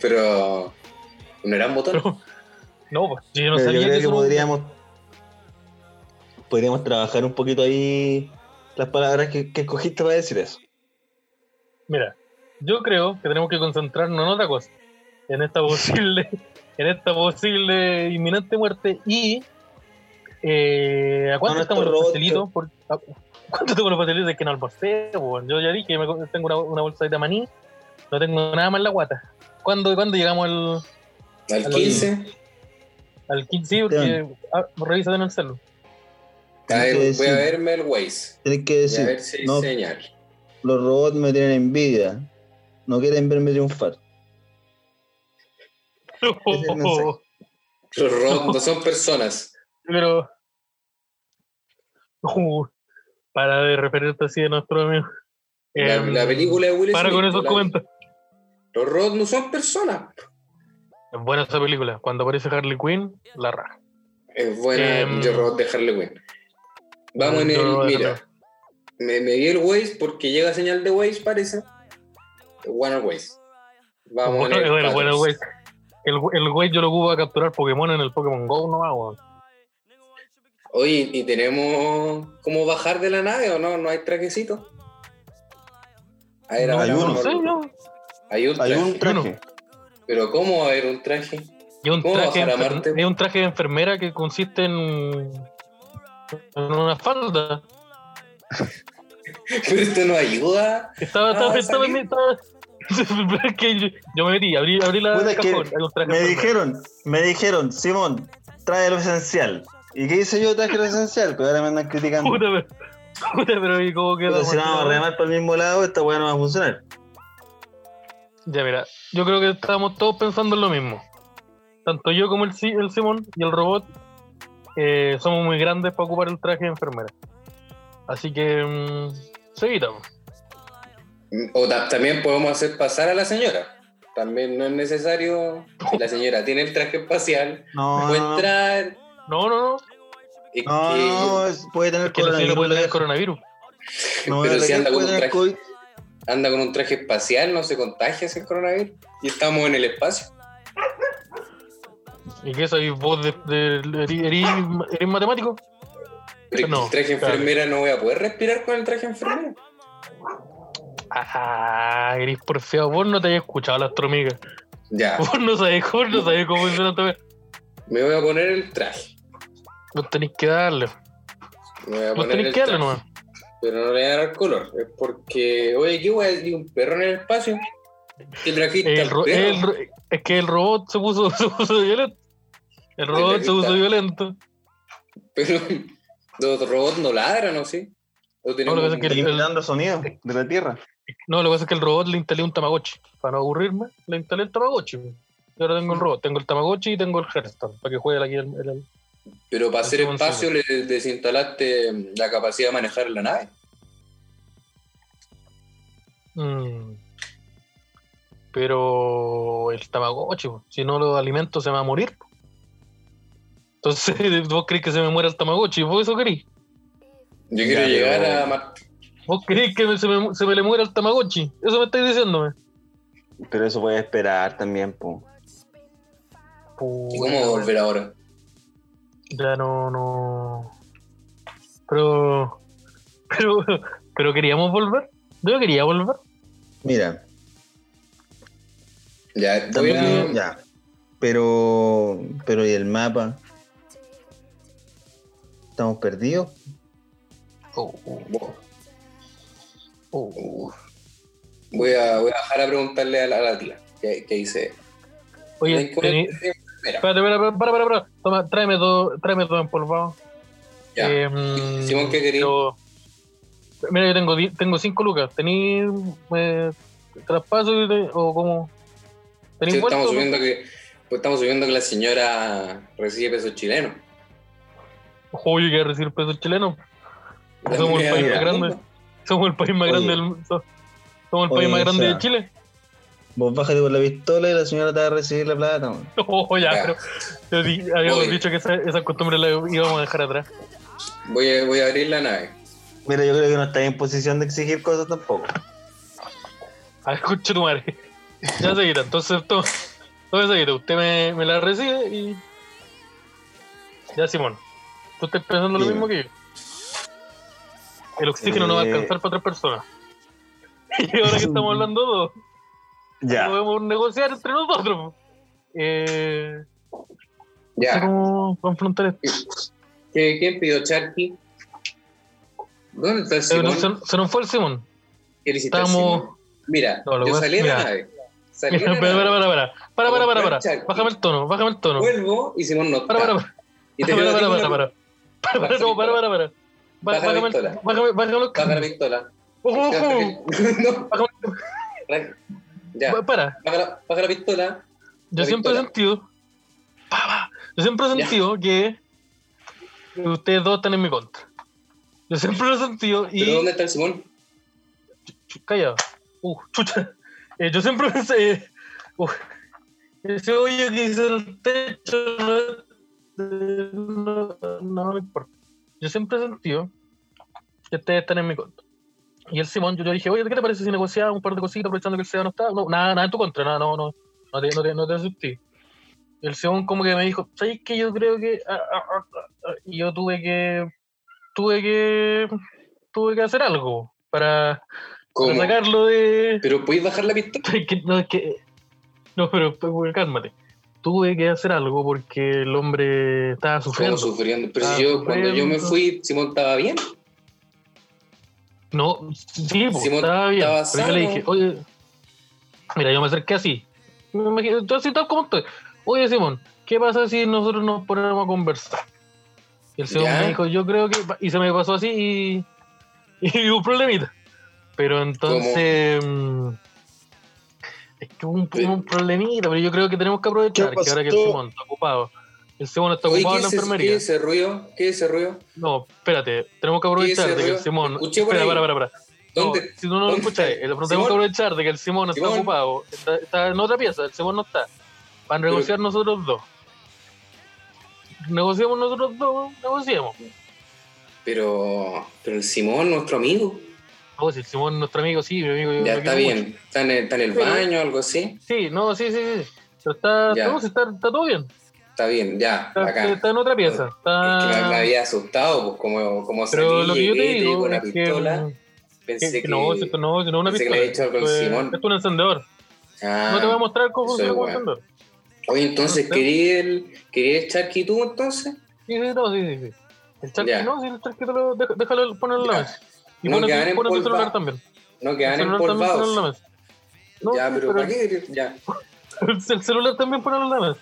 C: Pero. No era un botón.
D: Pero, no, pues, yo no
B: Pero yo
D: sabía
B: creo
D: que
B: que
D: eso no-
B: podríamos, podríamos trabajar un poquito ahí las palabras que, que escogiste para decir eso.
D: Mira, yo creo que tenemos que concentrarnos en otra cosa, en esta posible, en esta posible inminente muerte y eh, ¿a cuánto
B: No,
D: estamos
B: nuestro
D: los
B: robot,
D: pastelitos? Por- a- ¿Cuánto tengo los pastelitos? Es que no almorcé, weón. yo ya dije que me co- tengo una, una bolsa de maní, no tengo nada más en la guata. ¿Cuándo, cuándo llegamos al,
C: Al 15.
D: al 15? Sí, Porque ah, revisa en el celu.
C: A ver,
B: Tienes que
C: voy a
B: decir-
C: verme el Waze.
B: Tienes que
C: Y a
B: decir,
C: ver si
B: no,
C: señal.
B: los robots me tienen envidia. No quieren verme triunfar. es el mensaje.
C: Los robots no son personas.
D: Pero. Uh, para de referirte así de nuestro amigo.
C: La,
D: Em,
C: la película de Will
D: Para
C: Smith,
D: con esos
C: la-
D: comentarios.
C: Los robots no son personas.
D: Es buena esa película. Cuando aparece Harley Quinn, la raja.
C: Es buena,
D: Em,
C: yo robot de Harley Quinn. Vamos en
D: yo
C: el.
D: robot de Harley
C: Mira, me, me vi el Waze porque llega señal de Waze, parece. One Waze. Vamos eh,
D: Bueno,
C: en el.
D: bueno, bueno,
C: 14.
D: güey. El, el güey yo lo ocupo a capturar Pokémon en el Pokémon Go, no Ah, hago.
C: Oye, ¿y tenemos cómo bajar de la nave o no? ¿No hay trajecito? A ver,
D: No,
C: ahora
B: hay uno.
D: no
C: vamos a-
D: sé, yo.
C: Hay un
B: Hay
C: traje.
B: un traje.
C: Pero ¿cómo va a haber un traje?
D: Y un
C: ¿Cómo
D: traje,
C: bajar a
D: de enfer-
C: Marte?
D: hay un traje de enfermera que consiste en. en una falda.
C: Pero esto no ayuda.
D: Estaba,
C: Ah,
D: estaba, estaba,
C: salí.
D: estaba- Pero es que yo, yo me metí, abrí, abrí la
B: Puta,
D: el
B: es que
D: cajón. hay un traje
B: Me
D: de enfermera.
B: dijeron, me dijeron, Simón, trae lo esencial. ¿Y qué hice yo? Traje lo esencial, pero ahora me andan criticando.
D: Puta, pero, puta, pero ¿y cómo queda?
B: Puta, si no vamos a remar para el mismo lado, esta weá no va a funcionar.
D: Ya, mira, yo creo que estábamos todos pensando en lo mismo. Tanto yo como el, Si- el Simón y el robot eh, somos muy grandes para ocupar el traje de enfermera. Así que mm, se evitamos.
C: O ta- también podemos hacer pasar a la señora. También no es necesario. Si la señora tiene el traje espacial,
B: No,
C: puede
B: no, no.
C: entrar.
D: No, no, no.
C: Es
B: No,
C: que-
B: no, es- puede tener
D: Que la señora puede tener
B: coronavirus.
D: coronavirus.
B: No,
C: Pero
B: la
C: si
B: que
C: anda con
B: puede
C: un
B: tener
C: traje.
B: COVID.
C: anda con un traje espacial, no se contagia ese coronavirus. Y estamos en el espacio.
D: ¿Y qué sois vos de, de, de- eri- eri- eres matemático?
C: Pero
D: No,
C: el traje
D: claro.
C: enfermera no voy a poder respirar con el traje enfermera.
D: Ajá, eres porfiado, vos no te hayas escuchado la astromiga.
C: Ya,
D: Vos no sabés, vos no sabés cómo funciona también.
C: me voy a poner el traje.
D: Vos tenés que darle,
C: Me voy a
D: vos
C: poner
D: tenés
C: el
D: que darle
C: traje.
D: nomás.
C: Pero no le voy a dar color. Es porque, oye, ¿qué guay? ¿Y un perro en el espacio? ¿Qué trajiste?
D: El
C: al
D: ro-
C: perro?
D: el ro- es que el robot se puso, se puso violento. El robot se puso violento.
C: Pero los robots no ladran, ¿o sí? ¿O tenemos
D: lo que pasa
C: un-
D: es
B: Está
D: el-
B: quitando sonido de la tierra.
D: No, lo que pasa es que el robot le instalé un Tamagotchi. Para no aburrirme, le instalé el Tamagotchi. Y ahora
C: Mm.
D: tengo el robot, tengo el Tamagotchi y tengo el Hearthstone para que juegue aquí el, el, el-
C: Pero para
D: No
C: hacer
D: sé cómo se
C: espacio le desinstalaste la capacidad de manejar la nave.
D: Mm. Pero el Tamagotchi, po, si no lo alimento, se me va a morir. po. Entonces, ¿vos crees que se me muera el Tamagotchi? ¿Vos eso querís?
C: Yo quiero llegar
B: pero-
C: a Marte.
D: ¿Vos crees que me- se, me, se me le muera el Tamagotchi? Eso me estáis diciéndome.
B: Pero eso puede esperar también, po.
C: ¿Y cómo volver ahora?
D: Ya no, no. Pero. Pero. Pero queríamos volver. Yo quería volver.
B: Mira,
C: Ya, voy a-
B: también, ya. Pero, pero ¿y el mapa? ¿Estamos perdidos?
C: Bo- Oh, Voy, a, voy a dejar a preguntarle a la, a la tía que, que dice.
D: Oye,
C: "Ven con
D: tení-
C: el traje enfermera".
D: espérate, espera, espera, espera, espera. Toma, tráeme dos, tráeme dos empolvados.
C: Ya.
D: Eh, mm,
C: Simón, ¿qué querís?
D: yo- Mira, yo tengo, di- tengo cinco lucas. ¿Tení eh, traspaso y te- o cómo? ¿Tení
C: Sí,
D: vuelto?
C: estamos, subiendo que, pues estamos subiendo que la señora recibe pesos chilenos.
D: Ojo, yo quiero recibir pesos chilenos.
C: La
D: Somos
C: moneda
D: el país
C: del
D: más grande.
C: mundo.
D: Somos el país más
B: Oye.
D: grande del mundo. Somos el
B: Oye,
D: país más
B: o
D: grande
B: sea-
D: de Chile.
B: Vos bájate con la pistola y la señora te va a recibir la plata. man.
D: Ojo, Oh, ya,
C: Ya.
D: pero yo di- habíamos
C: Oye.
D: dicho que esa, esa costumbre la íbamos a dejar atrás.
C: Voy a, voy a abrir la nave.
B: Mira, yo creo que no estás en posición de exigir cosas tampoco.
D: A ver, concha tu madre. Ya seguirá, entonces toma, toma esa guita. Usted me, me la recibe y. Ya, Simón. Tú estás pensando lo
B: Dime.
D: mismo que yo. El oxígeno no va a
B: Eh.
D: alcanzar para tres personas. Y ahora que estamos hablando dos,
B: Ya.
D: podemos negociar entre nosotros. Eh, no sé
C: Ya.
D: ¿Cómo confrontar esto?
C: ¿Qué- ¿Quién pidió Charqui? ¿Dónde está el
D: Eh, no,
C: Simón?
D: se, se nos fue el Simón.
C: ¿Qué le hiciste al
D: estamos-
C: Simón? Mira,
D: No, lo
C: yo
D: voy a-
C: salí de la
D: mira.
C: nave. Salí de
D: Mira,
C: la
D: espera,
C: nave,
D: espera, espera, para, para, para, para,
C: Comprar charqui.
D: Bájame el tono, bájame el tono.
C: Vuelvo y Simón no está.
D: Para, para, para.
C: Y te
D: para,
C: veo
D: para,
C: a ti
D: para,
C: con
D: para,
C: la-
D: para, para,
C: Baja la
D: no, para,
C: pistola.
D: para, para. Ba-
C: Baja la
D: Bájame, el-
C: pistola.
D: bájame, bájame los
C: Baja la
D: cambios.
C: pistola.
D: Ojo, ojo.
C: No,
D: Bájame-
C: tranqui. Ya,
D: ba- Para,
C: baja la, baja la pistola.
D: yo siempre he
C: pistola.
D: sentido, pa, pa, yo siempre he
C: Ya.
D: sentido que ustedes dos están en mi contra. Yo siempre lo he sentido y
C: ¿Pero dónde está el Simón?
D: Chu- callado. Uh, chucha. Eh, yo siempre pensé. Uh, ese hoyo que hice en el techo no, no- no me importa. Yo siempre he sentido que ustedes están en mi contra. Y el Simón, yo le dije, oye, ¿qué te parece si negociamos un par de cositas aprovechando que el Seba no está? No, nada, nada en tu contra, nada, no, no, no te, no te, no te asustes. Y el Simón como que me dijo, ¿sabes qué? Yo creo que... ah, ah, ah, ah". Y yo tuve que... Tuve que... Tuve que hacer algo para... Para
C: ¿Cómo?
D: sacarlo de.
C: ¿Pero podéis bajar la pistola?
D: Es que- no, es que. No, pero pues, cálmate. Tuve que hacer algo porque el hombre estaba
C: ¿Cómo
D: sufriendo.
C: sufriendo? Pero
D: Ah,
C: si yo, cuando yo me
D: sufriendo.
C: fui, Simón estaba bien.
D: No, sí, pues,
C: Simón
D: estaba bien.
C: estaba
D: pero yo le
C: sano.
D: dije, oye. Mira, yo me acerqué así. Me imagino, yo así tal como estoy. Oye, Simón, ¿qué pasa si nosotros nos ponemos a conversar? Y el Simón
C: Ya.
D: me dijo, yo creo que. Y se me pasó así y. Y hubo un problemita. Pero entonces. mm, Es que hubo un,
C: Pe-
D: hubo un problemita, pero yo creo que tenemos que aprovechar
B: ¿Qué
D: que ahora que el
B: pasó?
D: Simón está ocupado. El Simón está
C: Oye,
D: ocupado
C: ¿qué
D: en la
C: es, ese,
D: enfermería.
C: ¿qué es ese ruido? ¿Qué es ese ruido?
D: No, espérate, tenemos que
C: ese
D: aprovechar de que el
C: ruido?
D: Simón.
C: Escuché por
D: Espera,
C: ahí.
D: para, para, para.
C: ¿Dónde?
D: No, si tú no lo
C: ¿Dónde
D: escuchas,
C: está?
D: eh, lo- tenemos
C: Simón.
D: que aprovechar de que el Simón está
C: Simón.
D: ocupado, está, está en otra pieza, el Simón no está. Para
C: Pero-
D: negociar nosotros dos. Negociamos nosotros dos, negociamos.
C: Pero, pero el Simón, nuestro amigo.
D: Oh, si el Simón es nuestro amigo, sí, mi amigo. yo
C: Ya
D: lo
C: está
D: quiero mucho.
C: bien. Está en el, está en el
D: Pero-
C: baño o algo así.
D: Sí, no, sí, sí, sí. Pero está,
C: Ya.
D: no, sí, está, está todo bien.
C: está bien, ya,
D: Está,
C: acá.
D: está en otra pieza.
C: Es que me, me
D: Está...
C: había asustado, pues como, como
D: Pero
C: salí,
D: lo que yo te
C: llegué,
D: digo
C: con una
D: es que- mm,
C: pistola, pensé
D: que-
C: que,
D: que No, si esto no, si no es una
C: pensé que
D: pistola.
C: le había hecho con
D: Esto es-
C: Simón.
D: esto es un encendedor.
C: Ah.
D: no te voy a mostrar
C: soy
D: cómo funciona un
C: weón.
D: encendedor.
C: Oye, entonces,
D: No sé.
C: ¿quería el, quería el charqui tú entonces?
D: Sí, sí, no, sí, sí. sí. El charqui
C: Ya.
D: no, sí, el charqui te lo, deja- déjalo ponerlo en la
C: Ya.
D: mesa. Y
C: No,
D: pone,
C: que
D: tu,
C: ganen
D: pone tu
C: polva-
D: celular también.
C: No,
D: El
C: quedan
D: celular también ponelo en la
C: empolvados.
D: mesa. No,
C: ya,
D: sí,
C: pero ¿para qué? Ya,
D: el celular también ponelo en la mesa.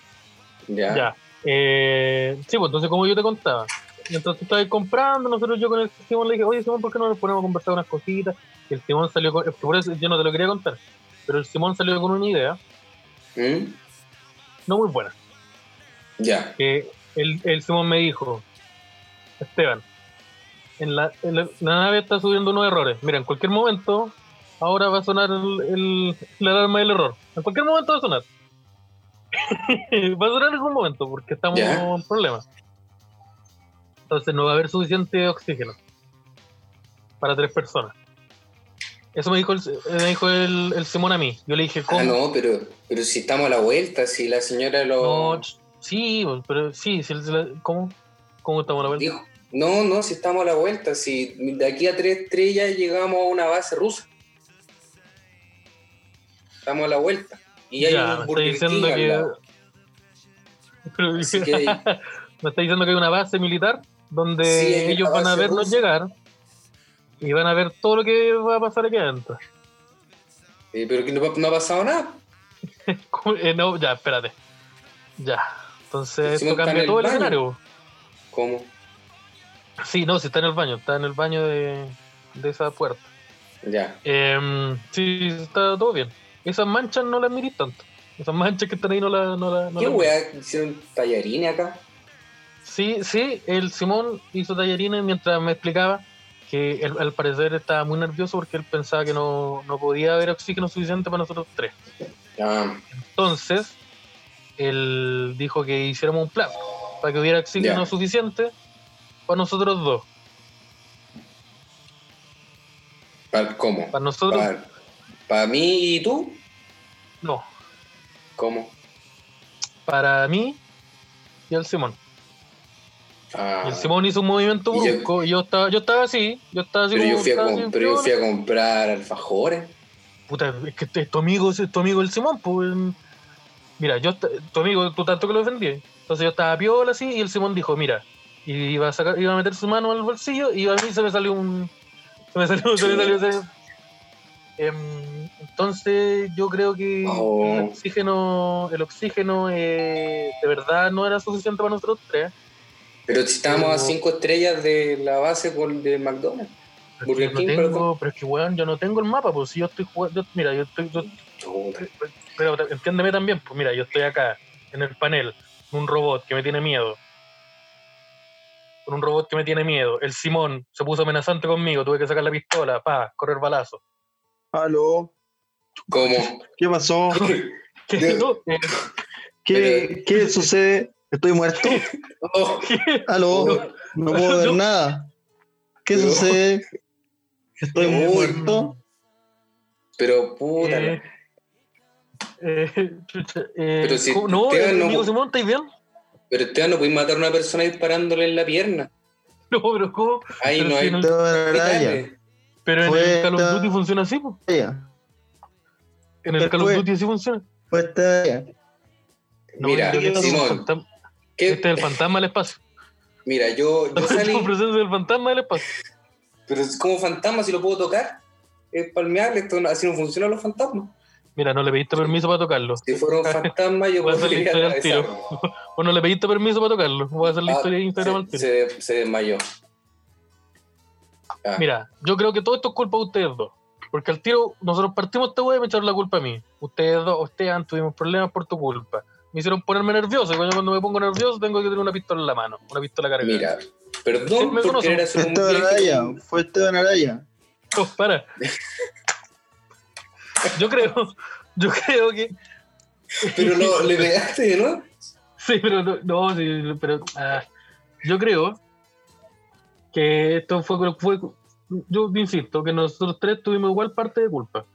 C: ya.
D: Ya. Eh, sí, pues entonces, como yo te contaba, mientras tú estabas comprando, nosotros yo con el Simón le dije, oye, Simón, ¿por qué no nos ponemos a conversar unas cositas? Y el Simón salió con. es que Por eso yo no te lo quería contar, pero el Simón salió con una idea,
C: ¿Mm?
D: no muy buena,
C: Ya.
D: que el, el Simón me dijo, Esteban, en la, en la- la nave está subiendo unos errores. Mira, en cualquier momento, ahora va a sonar el, el- la alarma del error. En cualquier momento va a sonar. va a sonar en algún momento porque estamos
C: Ya.
D: en problemas. Entonces no va a haber suficiente oxígeno para tres personas. Eso me dijo el, me dijo el, el Simón a mí. Yo le dije, ¿cómo?
C: Ah, no, pero, pero si estamos a la vuelta, si la señora lo
D: No, ch- sí, pues, pero sí, sí, la- ¿cómo? ¿Cómo estamos a la vuelta?
C: dijo. No, no, si estamos a la vuelta, si de aquí a tres estrellas llegamos a una base rusa. Estamos a la vuelta. Y hay
D: ya,
C: un
D: me está
C: Burger
D: diciendo
C: King al
D: que.
C: lado.
D: Pero-
C: Así que
D: me está diciendo que hay una base militar donde
C: Sí, hay una
D: ellos van a
C: base
D: vernos
C: rusa.
D: llegar y van a ver todo lo que va a pasar aquí adentro.
C: Eh, pero que no, no ha pasado nada.
D: Como- eh, no, ya, espérate. Ya. Entonces,
C: Si
D: esto
C: no está en
D: cambia
C: el
D: todo el
C: baño.
D: escenario.
C: ¿Cómo?
D: Sí, no, si está en el baño, está en el baño de, de esa puerta.
C: Ya.
D: Em, sí, está todo bien. Esas manchas no las mirís tanto. Esas manchas que están ahí no las. No la- no
C: ¿Qué
D: las mirís.
C: weá hicieron tallarines acá?
D: Sí, sí, el Simón hizo tallarines mientras me explicaba que él, al parecer estaba muy nervioso porque él pensaba que no, no podía haber oxígeno suficiente para nosotros tres.
C: Ah,
D: Entonces, él dijo que hiciéramos un plan para que hubiera oxígeno
C: Ya.
D: suficiente para nosotros dos.
C: ¿para- ¿Cómo?
D: Para nosotros,
C: ¿Para para mí y tú?
D: no,
C: ¿Cómo?
D: para mí y el Simón.
C: Ah,
D: Y el Simón hizo un movimiento
C: Y yo-
D: brusco y yo estaba, yo estaba así, yo estaba así
C: pero yo
D: como-
C: fui a,
D: estaba
C: com-
D: así,
C: pero yo
D: piola.
C: fui a comprar alfajores.
D: Puta, es que es tu amigo, es tu amigo el Simón, pues. Mira, yo, esta- tu amigo, tú tanto que lo defendí. Entonces yo estaba piola así y el Simón dijo, mira, y iba a, sacar, iba a meter su mano al bolsillo y a mí se me salió un. Se me salió, se me salió. se- Em, entonces yo creo que
C: Oh.
D: el oxígeno, el oxígeno eh, de verdad no era suficiente para nosotros tres.
C: Pero si estábamos a
D: Pero-
C: cinco estrellas de la base por- de McDonald's.
D: Pero es
C: Burger
D: que, no
C: King,
D: tengo-
C: perdón.
D: pero es que, weón, yo no tengo el mapa, pues si yo estoy jugando. yo- mira, yo estoy, yo
C: Chuta.
D: Pero te- entiéndeme también, pues mira, yo estoy acá, en el panel, con un robot que me tiene miedo. Con un robot que me tiene miedo. El Simón se puso amenazante conmigo, tuve que sacar la pistola, pa, correr balazo.
F: Aló,
C: ¿Cómo?
F: ¿qué pasó?
D: ¿Qué?
C: Yo-
D: No, eh,
F: ¿Qué, qué sucede? ¿Estoy muerto?
C: Oh,
F: Aló,
C: oh,
F: no puedo ver
D: No.
F: nada. ¿Qué
C: No.
F: sucede? ¿Estoy
C: Uy.
F: muerto?
C: pero puta.
D: eh,
C: la-
D: eh, chucha, eh,
C: Pero si
D: ¿cómo- no,
C: Esteban
D: eh,
C: no-
D: amigo Simón, ¿estáis bien?
C: Pero Esteban no podéis matar a una persona disparándole en la pierna.
D: No, pero ¿cómo?
C: Ahí
D: Pero
C: no
D: si
C: hay.
D: no-
F: Estoy en la raya.
C: hospitales.
D: Pero en
F: Fue
D: el Call of
F: esta-
D: Duty funciona así, po.
F: Raya.
D: En el
F: ¿Qué
D: Call of
F: fue?
D: Duty así funciona.
F: Pues está allá.
D: No,
C: Mira,
D: yo creo que este es un
C: Simón,
D: fantasma-
C: ¿qué-
D: Este es el fantasma del espacio.
C: Mira, yo, yo salí,
D: Estamos presencia del fantasma del espacio.
C: pero es como fantasma, si lo puedo tocar, es palmeable, esto, no- así no funcionan los fantasmas.
D: Mira, no le pediste permiso para tocarlo.
C: Si fuera un fantasma, yo
D: Voy a hacer la
C: podría
D: historia al
C: atravesarlo.
D: O no le pediste permiso para tocarlo. Voy a hacer la
C: Ah,
D: historia de Instagram
C: se,
D: al tiro.
C: se, se desmayó. Ah,
D: Mira, yo creo que todo esto es culpa de ustedes dos. Porque al tiro, nosotros partimos esta wea y me echaron la culpa a mí. Ustedes dos, ustedes han tuvimos problemas por tu culpa. Me hicieron ponerme nervioso. Y cuando cuando me pongo nervioso, tengo que tener una pistola en la mano. Una pistola cargada.
C: mira,
D: Sí,
C: perdón
D: me
C: por
D: conozco.
C: querer hacer un
F: Esteban Araya,
C: viaje.
F: fue Esteban Araya.
D: No, Oh, para. Yo creo, yo creo que.
C: Pero lo, le pegaste, ¿no?
D: Sí, pero no, no, sí, pero ah, yo creo que esto fue, fue yo insisto que nosotros tres tuvimos igual parte de culpa.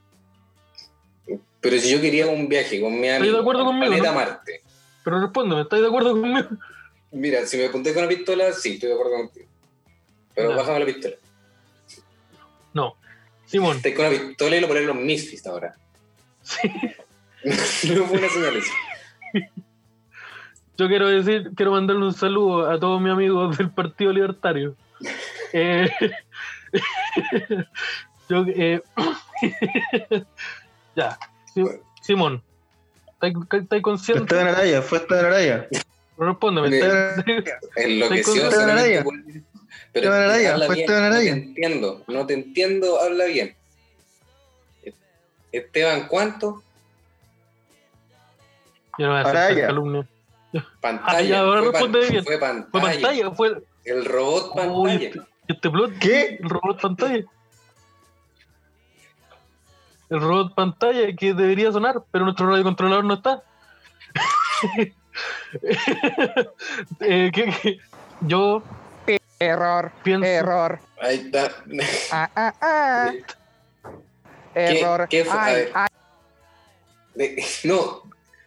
C: Pero si yo quería un viaje con mi amigo.
D: de acuerdo
C: al
D: conmigo,
C: Planeta
D: ¿no?
C: Marte.
D: Pero respóndeme, ¿estáis de acuerdo conmigo?
C: Mira, si me apunté con la pistola, sí, estoy de acuerdo contigo. Pero
D: Ya.
C: bájame la pistola.
D: No. Simón,
C: Estoy con la pistola y lo ponen los Misfits ahora.
D: sí,
C: no fue una señal eso.
D: yo quiero decir, quiero mandarle un saludo a todos mis amigos del Partido Libertario. Eh, yo, eh, ya, Si- Simón, ¿estáis- ¿estáis
B: Fue
D: consciente?
B: Esteban Araya, fue Esteban Araya.
D: Respóndeme.
C: Me-
D: ¿estáis- Estoy
C: Enloqueció.
D: con
C: solamente
B: Esteban Araya.
C: por- Pero
B: Esteban Araya,
C: habla
B: fue
C: bien,
B: Esteban Araya.
C: No te entiendo, no te entiendo, habla bien. Esteban, ¿cuánto?
D: Yo no voy a hacer
B: Araya.
D: esta calumnia.
C: Pantalla.
D: Ah, ya, ahora
C: fue, pan-
D: responde bien.
C: fue pantalla.
D: Fue pantalla, fue
C: El robot
D: Uy,
C: pantalla.
D: este, este plot,
B: ¿Qué?
D: el robot pantalla. El robot pantalla que debería sonar, pero nuestro radiocontrolador no está. Eh, que- que- yo
E: Error,
D: pienso.
E: error.
C: Ahí está.
E: Ah, ah, ah. Error.
C: qué fue? A
E: Ay, ah,
C: ver.
E: ay,
C: De- no,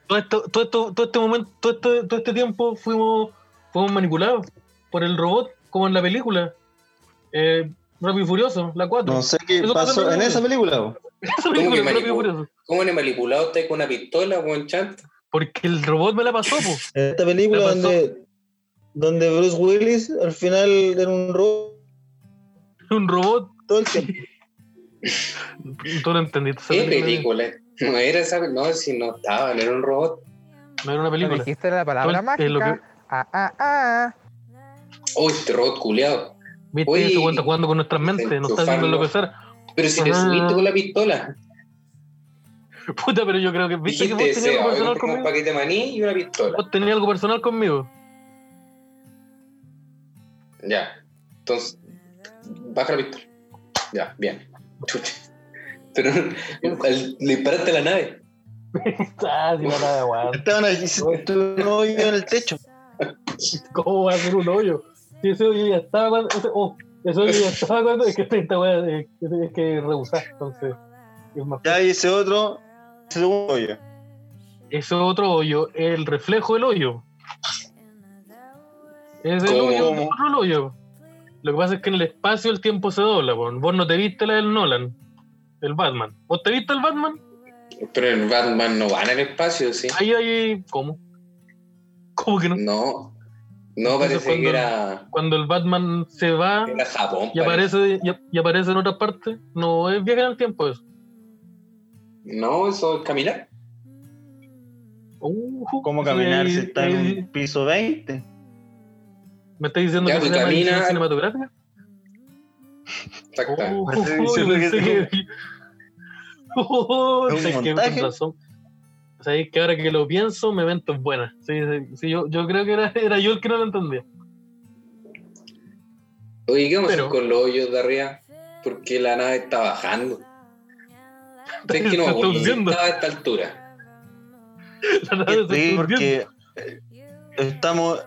D: Todo, esto, todo, esto- todo este momento, todo este, todo este tiempo fuimos, fuimos manipulados por el robot, como en la película. Eh, Rápido y Furioso, la 4.
F: No sé qué
D: Eso pasó
F: pasó
D: en
F: en
D: el
F: esa película. po.
D: Esa película,
C: que
D: Rápido y
C: manipuló?
D: Furioso.
C: ¿cómo en el manipulado está con una pistola, buen chanta?
D: Porque el robot me la pasó, po.
B: Esta película
D: ¿Qué pasó?
B: donde, donde Bruce Willis al final era un robot
D: Un robot.
B: todo el tiempo.
D: Tú no entendiste. esa
C: ¿Qué
D: película.
C: película? No era esa, no, si no estaba, no era un robot.
D: No era una
E: no
D: película.
E: dijiste la palabra
D: Todo el- eh, lo
E: mágica. Ah, ah, ah.
C: Uy, este robot culeado.
D: Viste,
C: Oye,
D: ese weón está jugando con nuestras mentes, nos está haciendo
C: enchufarlo.
D: lo que ser.
C: Pero si le
D: Ah.
C: subiste con la pistola.
D: Puta, pero yo creo que. Viste que vos
C: Dijiste, Seba,
D: tenías algo
C: voy a
D: personal
C: comprar un
D: conmigo.
C: paquete de maní y una pistola.
D: Vos tenías algo personal conmigo.
C: Ya. Entonces, baja la pistola. Ya, bien. Chucha. Pero al- le disparaste a la nave.
D: Ah, si no nada, weón.
B: Estaban ahí, se- tu novio en el techo.
D: ¿Cómo va a ser un hoyo? Si ese hoyo ya estaba cuando. ese- oh, ese hoyo ya estaba cuando. Es que esta weón es es que rehusar, entonces. Es más.
B: Ya, y ese otro, ese segundo hoyo.
D: Ese otro hoyo, el reflejo del hoyo. Es el
C: ¿Cómo?
D: hoyo, del otro hoyo. Lo que pasa es que en el espacio el tiempo se dobla, weón. Vos no te viste la del Nolan, el Batman. ¿Vos te viste el Batman?
C: Pero el Batman no va en el espacio, ¿sí?
D: Ahí, ahí, ¿cómo? ¿Cómo que no?
C: No. No,
D: Entonces,
C: parece que
D: ¿cuándo?
C: era,
D: Cuando el Batman se va
C: era Japón.
D: y
C: parece.
D: aparece, y, y aparece en otra parte, no es viaje en el tiempo eso.
C: No, eso es caminar.
D: Uh,
B: ¿Cómo caminar
D: eh,
B: si está en
D: eh,
B: un piso 20?
D: ¿Me estás diciendo
C: Ya,
D: que
C: pues,
D: se llama
C: camina-
D: edición cinematográfica?
C: Exacto.
D: Oh,
B: Me estás
D: oh,
B: diciendo que
D: pensé
B: es
D: que- Oh,
B: es un
D: sabes que
B: montaje.
D: tienes razón. Sabes que ahora que lo pienso, me vento es buena. Sí, sí, sí, yo, yo creo que era, era yo el que no lo entendía.
C: Oye, ¿qué vamos a
D: Pero-
C: hacer con los hoyos de arriba? Porque la nave está bajando. Sé que no me
D: Se está
C: acuerdo dónde
D: hundiendo.
C: estaba a esta altura.
D: La nave se
B: Sí,
D: está hundiendo.
B: porque eh, estamos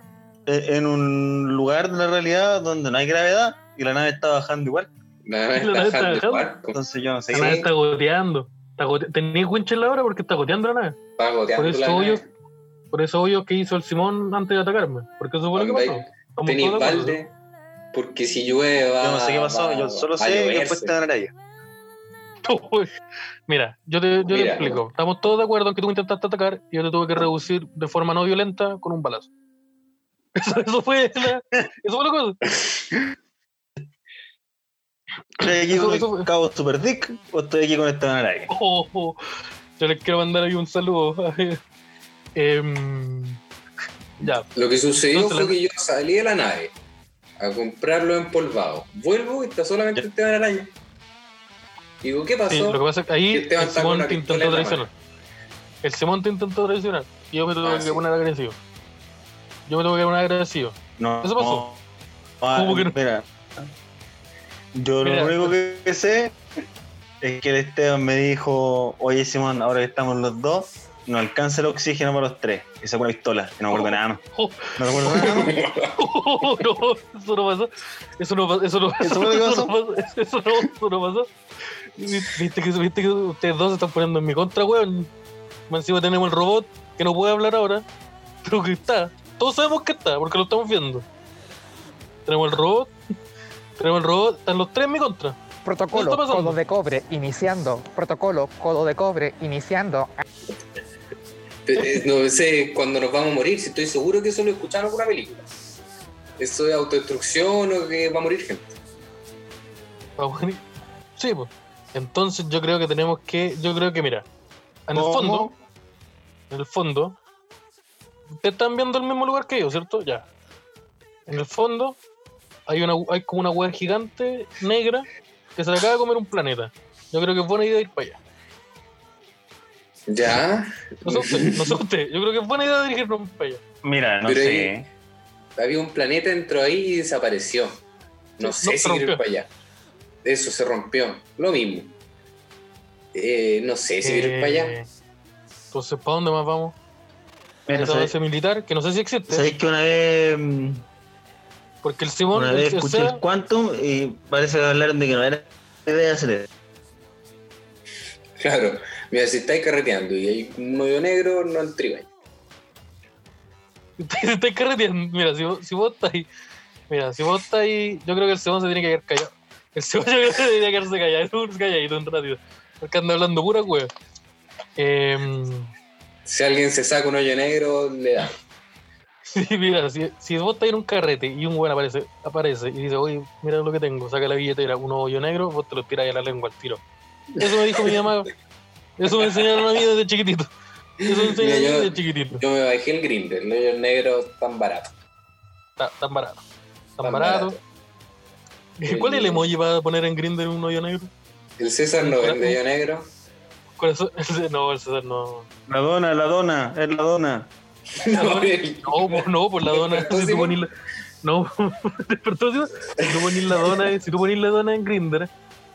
B: eh, en un lugar de la realidad donde no hay gravedad y la nave está bajando igual.
C: La nave
D: La
C: está
D: nave está
C: bajando el
D: bajando.
C: barco.
B: Entonces yo no sé.
D: La
C: Sí.
D: nave está goteando. Está gote- Tenía winch en la hora porque está goteando la nave.
C: Está goteando
D: Por esos
C: la nave.
D: hoyos, por esos hoyos que hizo el Simón antes de atacarme. Porque eso fue lo que
C: Donde
D: pasó.
C: hay-
D: Estamos
C: Tenéis
D: todos de acuerdo.
C: balde. Porque si llueve va.
B: Yo no sé qué pasó,
C: va-
B: yo solo
C: va a
B: sé que
C: lloverse.
B: fue Esteban Araya.
D: Uy. Mira, yo te, yo te
C: Mira.
D: explico. Estamos todos de acuerdo en que tú me intentaste atacar y yo te tuve que reducir de forma no violenta con un balazo. Eso, eso fue la, eso fue la cosa.
B: ¿Estoy aquí
D: Eso-
B: con
D: eso fue-
B: el Cabo Super Dick o estoy aquí con Esteban Araya?
D: Oh, oh. Yo les quiero mandar ahí un saludo. Em, ya,
C: Lo que sucedió
D: Entonces,
C: fue
D: la-
C: que yo salí de la nave a comprarlo empolvado. Vuelvo y está solamente Esteban Araña. Digo, ¿qué pasó?
D: sí, lo que pasa es que ahí
C: Que Esteban
D: el
C: está con
D: Simón
C: la
D: te
C: pistola
D: intentó
C: en la mano.
D: traicionar. El Simón te intentó traicionar y yo me tuve
C: Ah,
D: que
C: sí.
D: poner agresivo. Yo me tuve que poner agresivo.
B: No.
D: Eso pasó.
B: no. Ah,
D: ¿Cómo que no?
B: Mira, yo
D: Mira.
B: lo único que sé es que el Esteban me dijo, oye Simón, ahora que estamos los dos, no alcanza el oxígeno para los tres. Y sacó una pistola, y no me acuerdo nada más.
D: Oh.
B: No recuerdo nada más.
D: no, eso no pasó. Eso no pasó. Eso no pasó.
B: ¿Eso fue lo que
D: Eso no pasó. Eso no, eso no pasó. Viste que, viste que ustedes dos se están poniendo en mi contra, weón. Más Encima tenemos el robot que no puede hablar ahora. Pero que está. Todos sabemos que está, porque lo estamos viendo. Tenemos el robot. Tenemos el robot. Están los tres en mi contra.
E: Protocolo,
D: ¿Qué está pasando?
E: codo de cobre, iniciando. Protocolo, codo de cobre, iniciando.
C: Eh, No sé cuando nos vamos a morir, si estoy seguro que eso lo escucharon en alguna película. Eso de autodestrucción o que va a morir gente.
D: Va a morir. Ah, Sí, pues. Entonces yo creo que tenemos que. Yo creo que, mira. En el
B: ¿Cómo?
D: fondo. En el fondo. Ustedes están viendo el mismo lugar que yo, ¿cierto? Ya. En el fondo. Hay, una, hay como una web gigante negra que se le acaba de comer un planeta. Yo creo que es buena idea ir para allá.
C: Ya.
D: No sé usted, no sé usted. Yo creo que es buena idea dirigirnos para allá.
G: Mira, no
C: Pero
G: sé.
C: Había un planeta, entró ahí y desapareció. No sé
D: se
C: si quiero ir
D: rompió.
C: para allá. Eso se rompió. Lo mismo. Eh, no sé si quiero ir
D: Eh,
C: para allá.
D: Entonces, ¿para dónde más vamos?
F: Mira,
D: Esa
F: ¿sabes,
D: base militar, que no sé si existe,
B: ¿Sabéis que una vez, mm,
D: porque el Simón,
B: una vez
D: el
B: escuché
D: Seba-
B: el Quantum y parece que hablaron de que no era idea hacer eso?
C: Claro. Mira, si estáis carreteando y hay un hoyo negro, no entribáis.
D: Te estáis carreteando. Mira, si vos, si vos estáis. Mira, si vos estáis. Yo creo que el Sebón se tiene que quedar callado. El Sebón yo creo que debería quedarse callado. un calladito un ratito. Porque anda hablando pura hueá. Em,
C: Si alguien se saca un hoyo negro, le da.
D: sí, mira, si, si vos estáis en un carrete y un weón aparece, aparece y dice, oye, mira lo que tengo, saca la billetera, un hoyo negro, vos te lo tiras a la lengua al tiro. Eso me dijo mi mamá. Eso me enseñaron a mí desde chiquitito. Eso me enseñaron a mí
C: Mira, yo-
D: desde chiquitito.
C: Yo me bajé el grinder, el hoyo negro tan barato.
D: Ta- tan barato. Tan,
C: Tan
D: barato.
C: barato.
D: ¿Cuál es el emoji para poner en Grindr un hoyo negro?
C: El César no vende hoyo negro.
D: Corazón- No, el César no.
F: La dona, la dona, es la dona.
C: No, el-
D: No, po, no, por la dona.
C: ¿Despertó
D: Si tú
C: Simón?
D: ponís la... No, despertó Simón. Si tú ponís la dona, si tú ponís la dona en Grindr,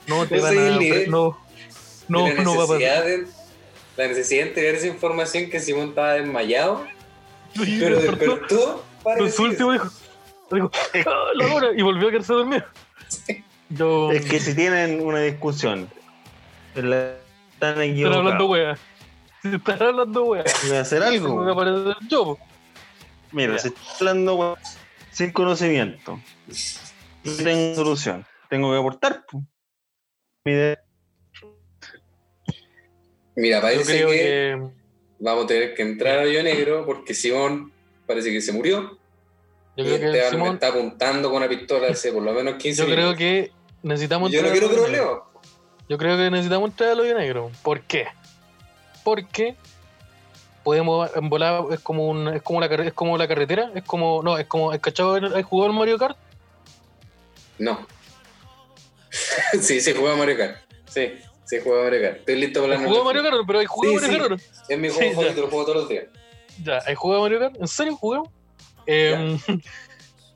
D: no te
C: Ese
D: van
C: es el
D: a.
C: nivel.
D: No, no,
C: la
D: no va a pasar.
C: necesidad de- la necesidad de entregar esa información que Simón estaba desmayado,
D: Sí,
C: pero
D: despertó.
C: despertó para
D: Pero su
C: decir
D: último dijo, dijo, "Ah, la dona", y volvió a quedarse dormido. Yo.
F: Es que si tienen una discusión, la- están
D: Están hablando
F: equivocados.
D: wea. Se están hablando wea.
F: ¿De hacer
D: Tengo
F: algo?
D: que aparecer yo, po.
F: Mira,
D: Ya.
F: se está hablando weón, sin conocimiento. No tengo solución. Tengo que pues. aportar. po. Mi idea-
C: eso. Mira,
D: Yo
C: parece
D: creo
C: que,
D: que.
C: vamos a tener que entrar al hoyo negro porque Simón parece que se murió.
D: Yo
C: y
D: creo que
C: Esteban me
D: Simón-
C: está apuntando con una pistola hace por lo menos 15
D: Yo creo
C: minutos.
D: que necesitamos
C: Yo no
D: entrar
C: quiero
D: al hoyo negro.
C: problemas.
D: Yo creo que necesitamos entrar al hoyo negro. ¿Por qué? Porque podemos en volar es como un es como la carre- es como la carretera, es como no, es como el cachado el jugador Mario Kart.
C: No. sí, se juega Mario Kart. Sí, se juega Mario Kart. Estoy listo para la
D: Jugó
C: noche.
D: Mario Kart, pero hay jugado
C: Sí,
D: Mario Kart.
C: Es mi
D: Sí,
C: juego
D: ya.
C: favorito, lo juego todos los días.
D: Ya, hay jugado Mario Kart. ¿En serio jugamos? Eh,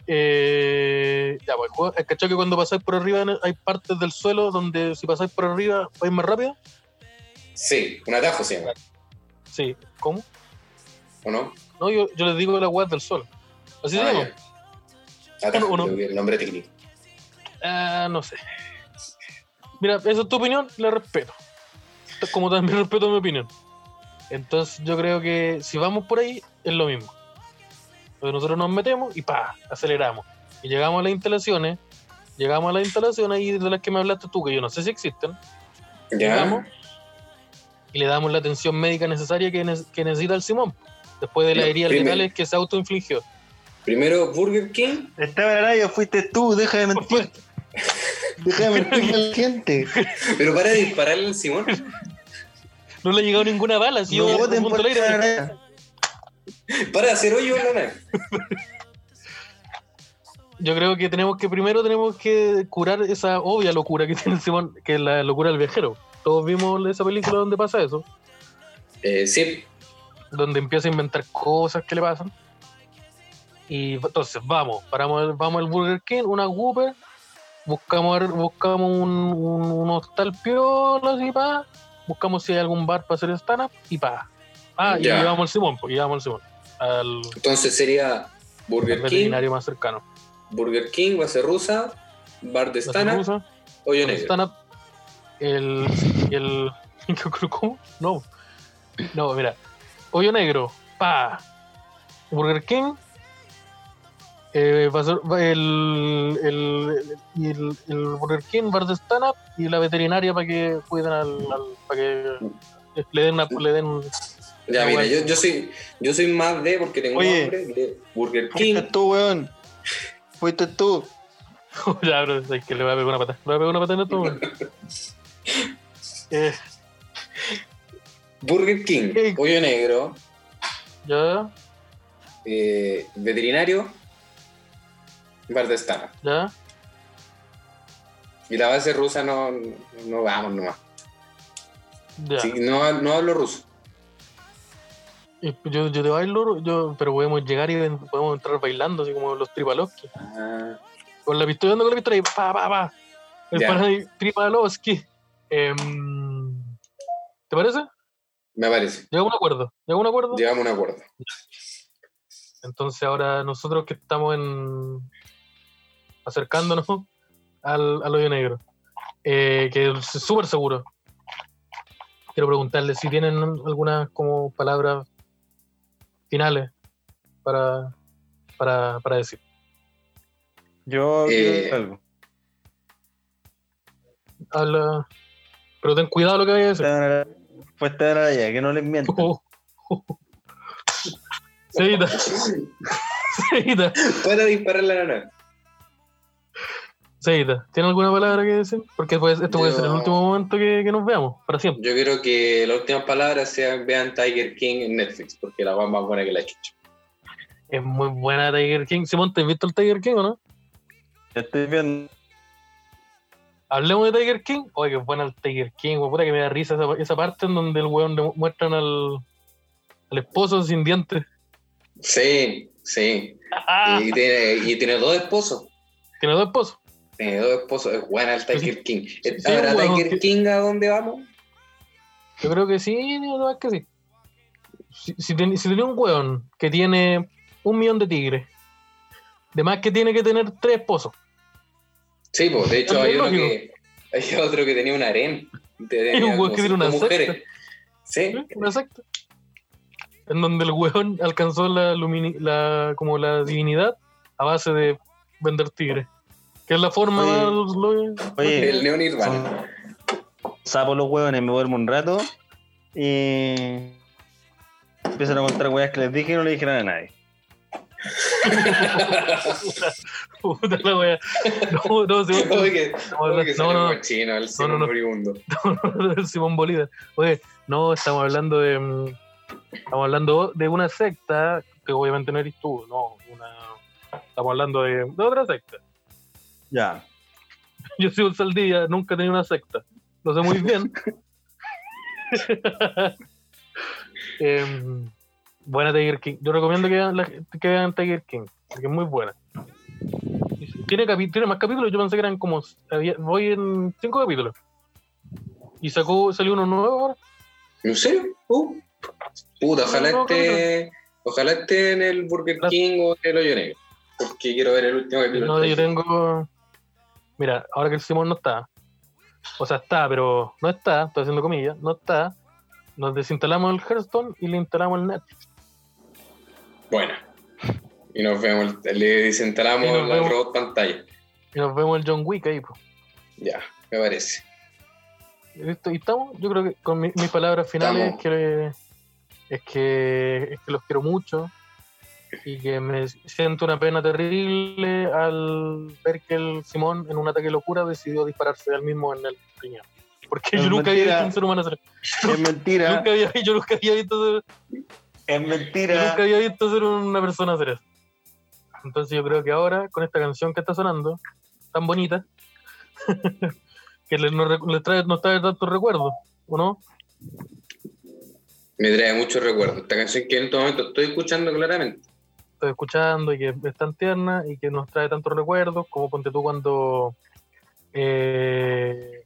D: eh, ya, pues jugó- el cachado que cuando pasáis por arriba hay partes del suelo donde si pasáis por arriba vais más rápido.
C: Sí, un atajo se llama,
D: Sí, ¿cómo?
C: ¿o no?
D: No, yo, yo les digo la weá del suelo. Así se
C: Ah,
D: llama.
C: ya. Atajo,
D: ¿O no?
C: creo que el nombre técnico.
D: Ah, no sé. Mira, esa es tu opinión, la respeto. T- Como también respeto mi opinión. Entonces yo creo que si vamos por ahí, es lo mismo. Entonces nosotros nos metemos y pa, aceleramos. Y llegamos a las instalaciones, llegamos a las instalaciones y de las que me hablaste tú, que yo no sé si existen,
C: Ya.
D: Llegamos. y le damos la atención médica necesaria que, ne- que necesita el Simón, después de las
C: Yo,
D: heridas
C: primero.
D: letales que se autoinfligió.
C: Primero Burger King.
F: Esteban Araya, fuiste tú, deja de mentir. Deja de mentir a la gente.
C: Pero para de dispararle al Simón.
D: No le ha llegado ninguna bala, si
F: No
D: yo
F: voten
D: apunto
F: por
D: al aire.
F: Esteban Araya.
C: Para de hacer hoyo en la nave.
D: Yo creo que tenemos que primero tenemos que curar esa obvia locura que tiene Simón, que es la locura del viajero. Todos vimos esa película donde pasa eso,
C: Eh, sí,
D: donde empieza a inventar cosas que le pasan. Y va- entonces vamos, paramos al- vamos al Burger King, una Whopper, buscamos ar- buscamos un, un, un hostal piola y pa, buscamos si hay algún bar para hacer stand-up y pa. Ah, y
C: Ya.
D: llevamos al Simón, pues llevamos al Simón, al,
C: entonces sería
D: al
C: Burger King,
D: veterinario más cercano.
C: Burger King, base rusa, bar de
D: La
C: Stana,
D: Salusa.
C: hoyo
D: Cuando
C: negro.
D: están a- el, el ¿cómo? no no mira hoyo negro pa Burger King. eh, va a ser- va el, el, el- el Burger King, bar de stand-up y la veterinaria para que cuiden al. para que le den. una- le den
C: Ya, mira, yo, yo, soy, yo soy más de, porque tengo
F: Oye.
C: hambre, de Burger
F: Fuiste
C: King.
F: tú, weón. Fuiste tú.
D: Oh, ya, bro, es que le voy a pegar una pata. Le voy a pegar una pata en esto, weón. Eh,
C: Burger King,
D: King.
C: pollo negro,
D: ya,
C: eh, veterinario, bar de stand-up.
D: ya.
C: Y la base rusa no, no vamos nomás.
D: Ya.
C: Sí, no, no hablo ruso.
D: Y pues Yo, yo te bailo, yo, pero podemos llegar y ven- podemos entrar bailando, así como los Tripalowski.
C: Ah,
D: Con la pistola, andando con la pistola y pa, pa, pa. El
C: Ya.
D: pana de Tripalowski. Em, ¿Te parece?
C: me parece.
D: Llegamos a un acuerdo. Llegamos a un acuerdo.
C: Llegamos a un acuerdo.
D: Entonces ahora nosotros que estamos en acercándonos al, al hoyo negro, eh, que es súper seguro. Quiero preguntarle si tienen algunas como palabras finales para, para, para decir.
F: Yo
C: Eh.
F: quiero algo.
D: Habla, pero ten cuidado lo que vayas a decir.
F: Fuiste a la- Fuiste a la ya, que no les miento.
D: Oh. Se evita. Se evita.
C: Puedo disparar la nana.
D: Seita, ¿tiene alguna palabra que decir? Porque pues, esto puede
C: Yo-
D: ser el último momento que, que nos veamos, para siempre.
C: Yo quiero que las últimas palabras sean vean Tiger King en Netflix, porque la van más buena que la chucha.
D: Es muy buena Tiger King. Simón, ¿te has visto el Tiger King o no?
F: Ya estoy viendo.
D: Hablemos de Tiger King. Oye, que es buena el Tiger King, weón, puta que me da risa esa, esa parte en donde el weón le mu- muestran al, al esposo sin dientes.
C: Sí, sí.
D: Ah,
C: Y, tiene, y tiene dos esposos.
D: Tiene dos esposos.
C: Tiene dos esposos. Es buena el Tiger King.
D: sí,
C: Ahora,
D: weón,
C: Tiger
D: que-
C: King, ¿a dónde vamos?
D: Yo creo que sí, no más que sí. Si, si, ten- si tenía un weón que tiene un millón de tigres, de más que tiene que tener tres esposos.
C: Sí, pues, de hecho hay
D: Es
C: uno que,
D: lógico.
C: hay otro que tenía un harem. Tenía
D: Hay un
C: como
D: weón que tiene
C: cinco
D: una secta.
C: mujeres. Sí,
D: ¿Sí? Una secta. En donde el weón alcanzó la, lumini- la como la divinidad a base de vender tigres. Que es la forma
F: Oye.
D: más lo-
C: el
F: Oye,
C: Neo
F: son
C: Nirvana.
F: sapos los huevones, me duermo un rato y empiezan a contar weas que les dije y no le dijeron a nadie.
D: Puta la wea. No, no, Simón,
C: Oye, que-
D: no,
C: oye, que sale
D: no,
C: como chino, el
D: no,
C: Simón
D: no.
C: moribundo.
D: Simón Bolívar. Oye, no, estamos hablando de. mm, Estamos hablando de una secta que obviamente no eres tú, no. Una, estamos hablando de, de otra secta.
F: Ya.
D: Yo soy un saldilla, nunca he tenido una secta. Lo sé muy bien. Em, buena Tiger King. Yo recomiendo que vean, la- que vean Tiger King, porque es muy buena. Tiene, capi- tiene más capítulos, yo pensé que eran como. había- voy en cinco capítulos. Y sacó, salió uno nuevo ahora.
C: ¿En serio? Uh, puta, ojalá
D: No, no,
C: esté. Ojalá esté en el Burger
D: La-
C: King o en el Hoyo Negro. Porque quiero ver el último capítulo.
D: No, yo tengo. Mira, ahora que el Simón no está. O sea, está, pero no está, estoy haciendo comillas, no está. Nos desinstalamos el Hearthstone y le instalamos el Net.
C: Bueno. Y nos vemos. Le desinstalamos
D: Y nos
C: la
D: vemos.
C: robot pantalla.
D: Y nos vemos el John Wick ahí, po.
C: Ya, me parece.
D: ¿Listo? ¿Y estamos? Yo creo que con mi- mis palabras finales es
C: Estamos.
D: que, es, que, es que los quiero mucho y que me siento una pena terrible al ver que el Simón, en un ataque de locura, decidió dispararse al mismo en el riñón. Porque
F: Es
D: yo nunca había visto
F: mentira.
D: un ser humano hacer
F: Es mentira,
D: Nunca había, yo nunca había visto hacer-
F: es
D: yo
F: mentira.
D: nunca había visto hacer una persona hacer eso. Entonces yo creo que ahora, con esta canción que está sonando, tan bonita, que le- nos, re- le trae, nos trae tantos recuerdos, ¿o no?
C: Me trae muchos recuerdos. Esta canción que en este momento estoy escuchando claramente.
D: Estoy escuchando y que es tan tierna y que nos trae tantos recuerdos, como ponte tú cuando... eh,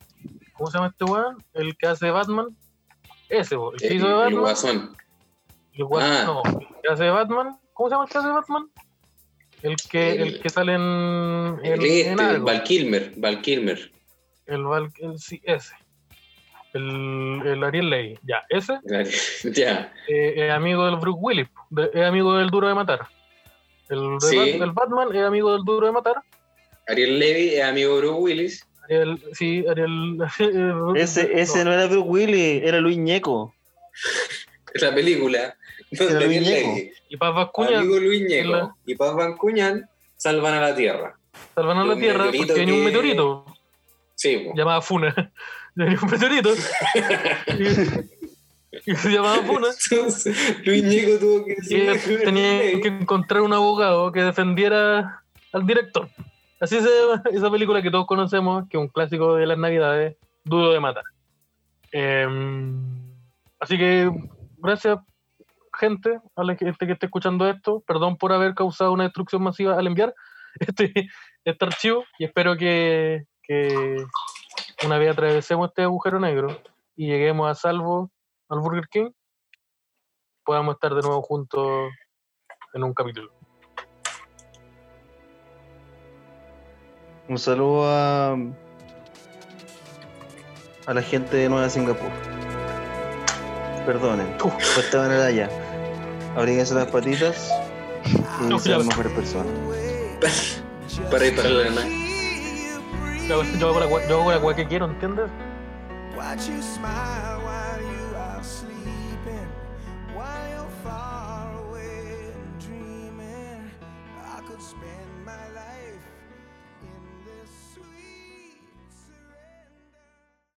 D: ¿Cómo se llama este weón? El que hace de Batman. Ese, po, el que
C: El,
D: hizo de
C: el
D: Batman.
C: guasón.
D: El guas-
C: Ah.
D: no, el que hace de Batman. ¿Cómo se llama el que hace de Batman? El que, el,
C: El-
D: que sale en. en-
C: El este,
D: en
C: el
D: algo.
C: Val Kilmer. Val Kilmer.
D: El Val- el- sí, ese. El, el Ariel Ley, ya, ese
C: ya.
D: eh, es amigo del Bruce Willis, de- es amigo del Duro de Matar. El, de
C: Sí.
D: Bat- el Batman es amigo del Duro de Matar.
C: Ariel Levy es amigo de Bruce Willis.
D: Ariel, sí, Ariel. eh,
F: Ese, ese no era Bruce Willis, era Luis Ñeco.
C: La película.
B: Era
C: Ariel
B: Luis Ñeco.
C: Levy.
D: Y Paz Vascuña
C: Amigo Luis
D: la-
C: Ñeco y Paz Cuñán salvan a la Tierra.
D: salvan a la
C: un
D: Tierra
C: meteorito
D: porque venía un
C: que-
D: meteorito
C: Sí, po.
D: llamada Funa. Venía un meteorito. y, y se llamaba Funa.
C: Entonces, Luis Ñeco tuvo que
D: Y ellos
C: decir-
D: tenían que encontrar un abogado que defendiera al director. Así se llama esa película que todos conocemos, que es un clásico de las navidades, Duro de Matar. Eh, así que gracias, gente, a la gente que esté escuchando esto. Perdón por haber causado una destrucción masiva al enviar este, este archivo y espero que, que una vez atravesemos este agujero negro y lleguemos a salvo al Burger King, podamos estar de nuevo juntos en un capítulo.
F: Un saludo a, a la gente de Nueva Singapur. Perdonen,
D: Uh.
F: pues estaban allá. Abríguense las patitas y
D: No, ya.
F: sean mejores personas.
C: Para ir para la lana.
D: Yo, yo hago la gua- yo hago la gua que quiero, ¿entiendes?
G: Watch you smile while you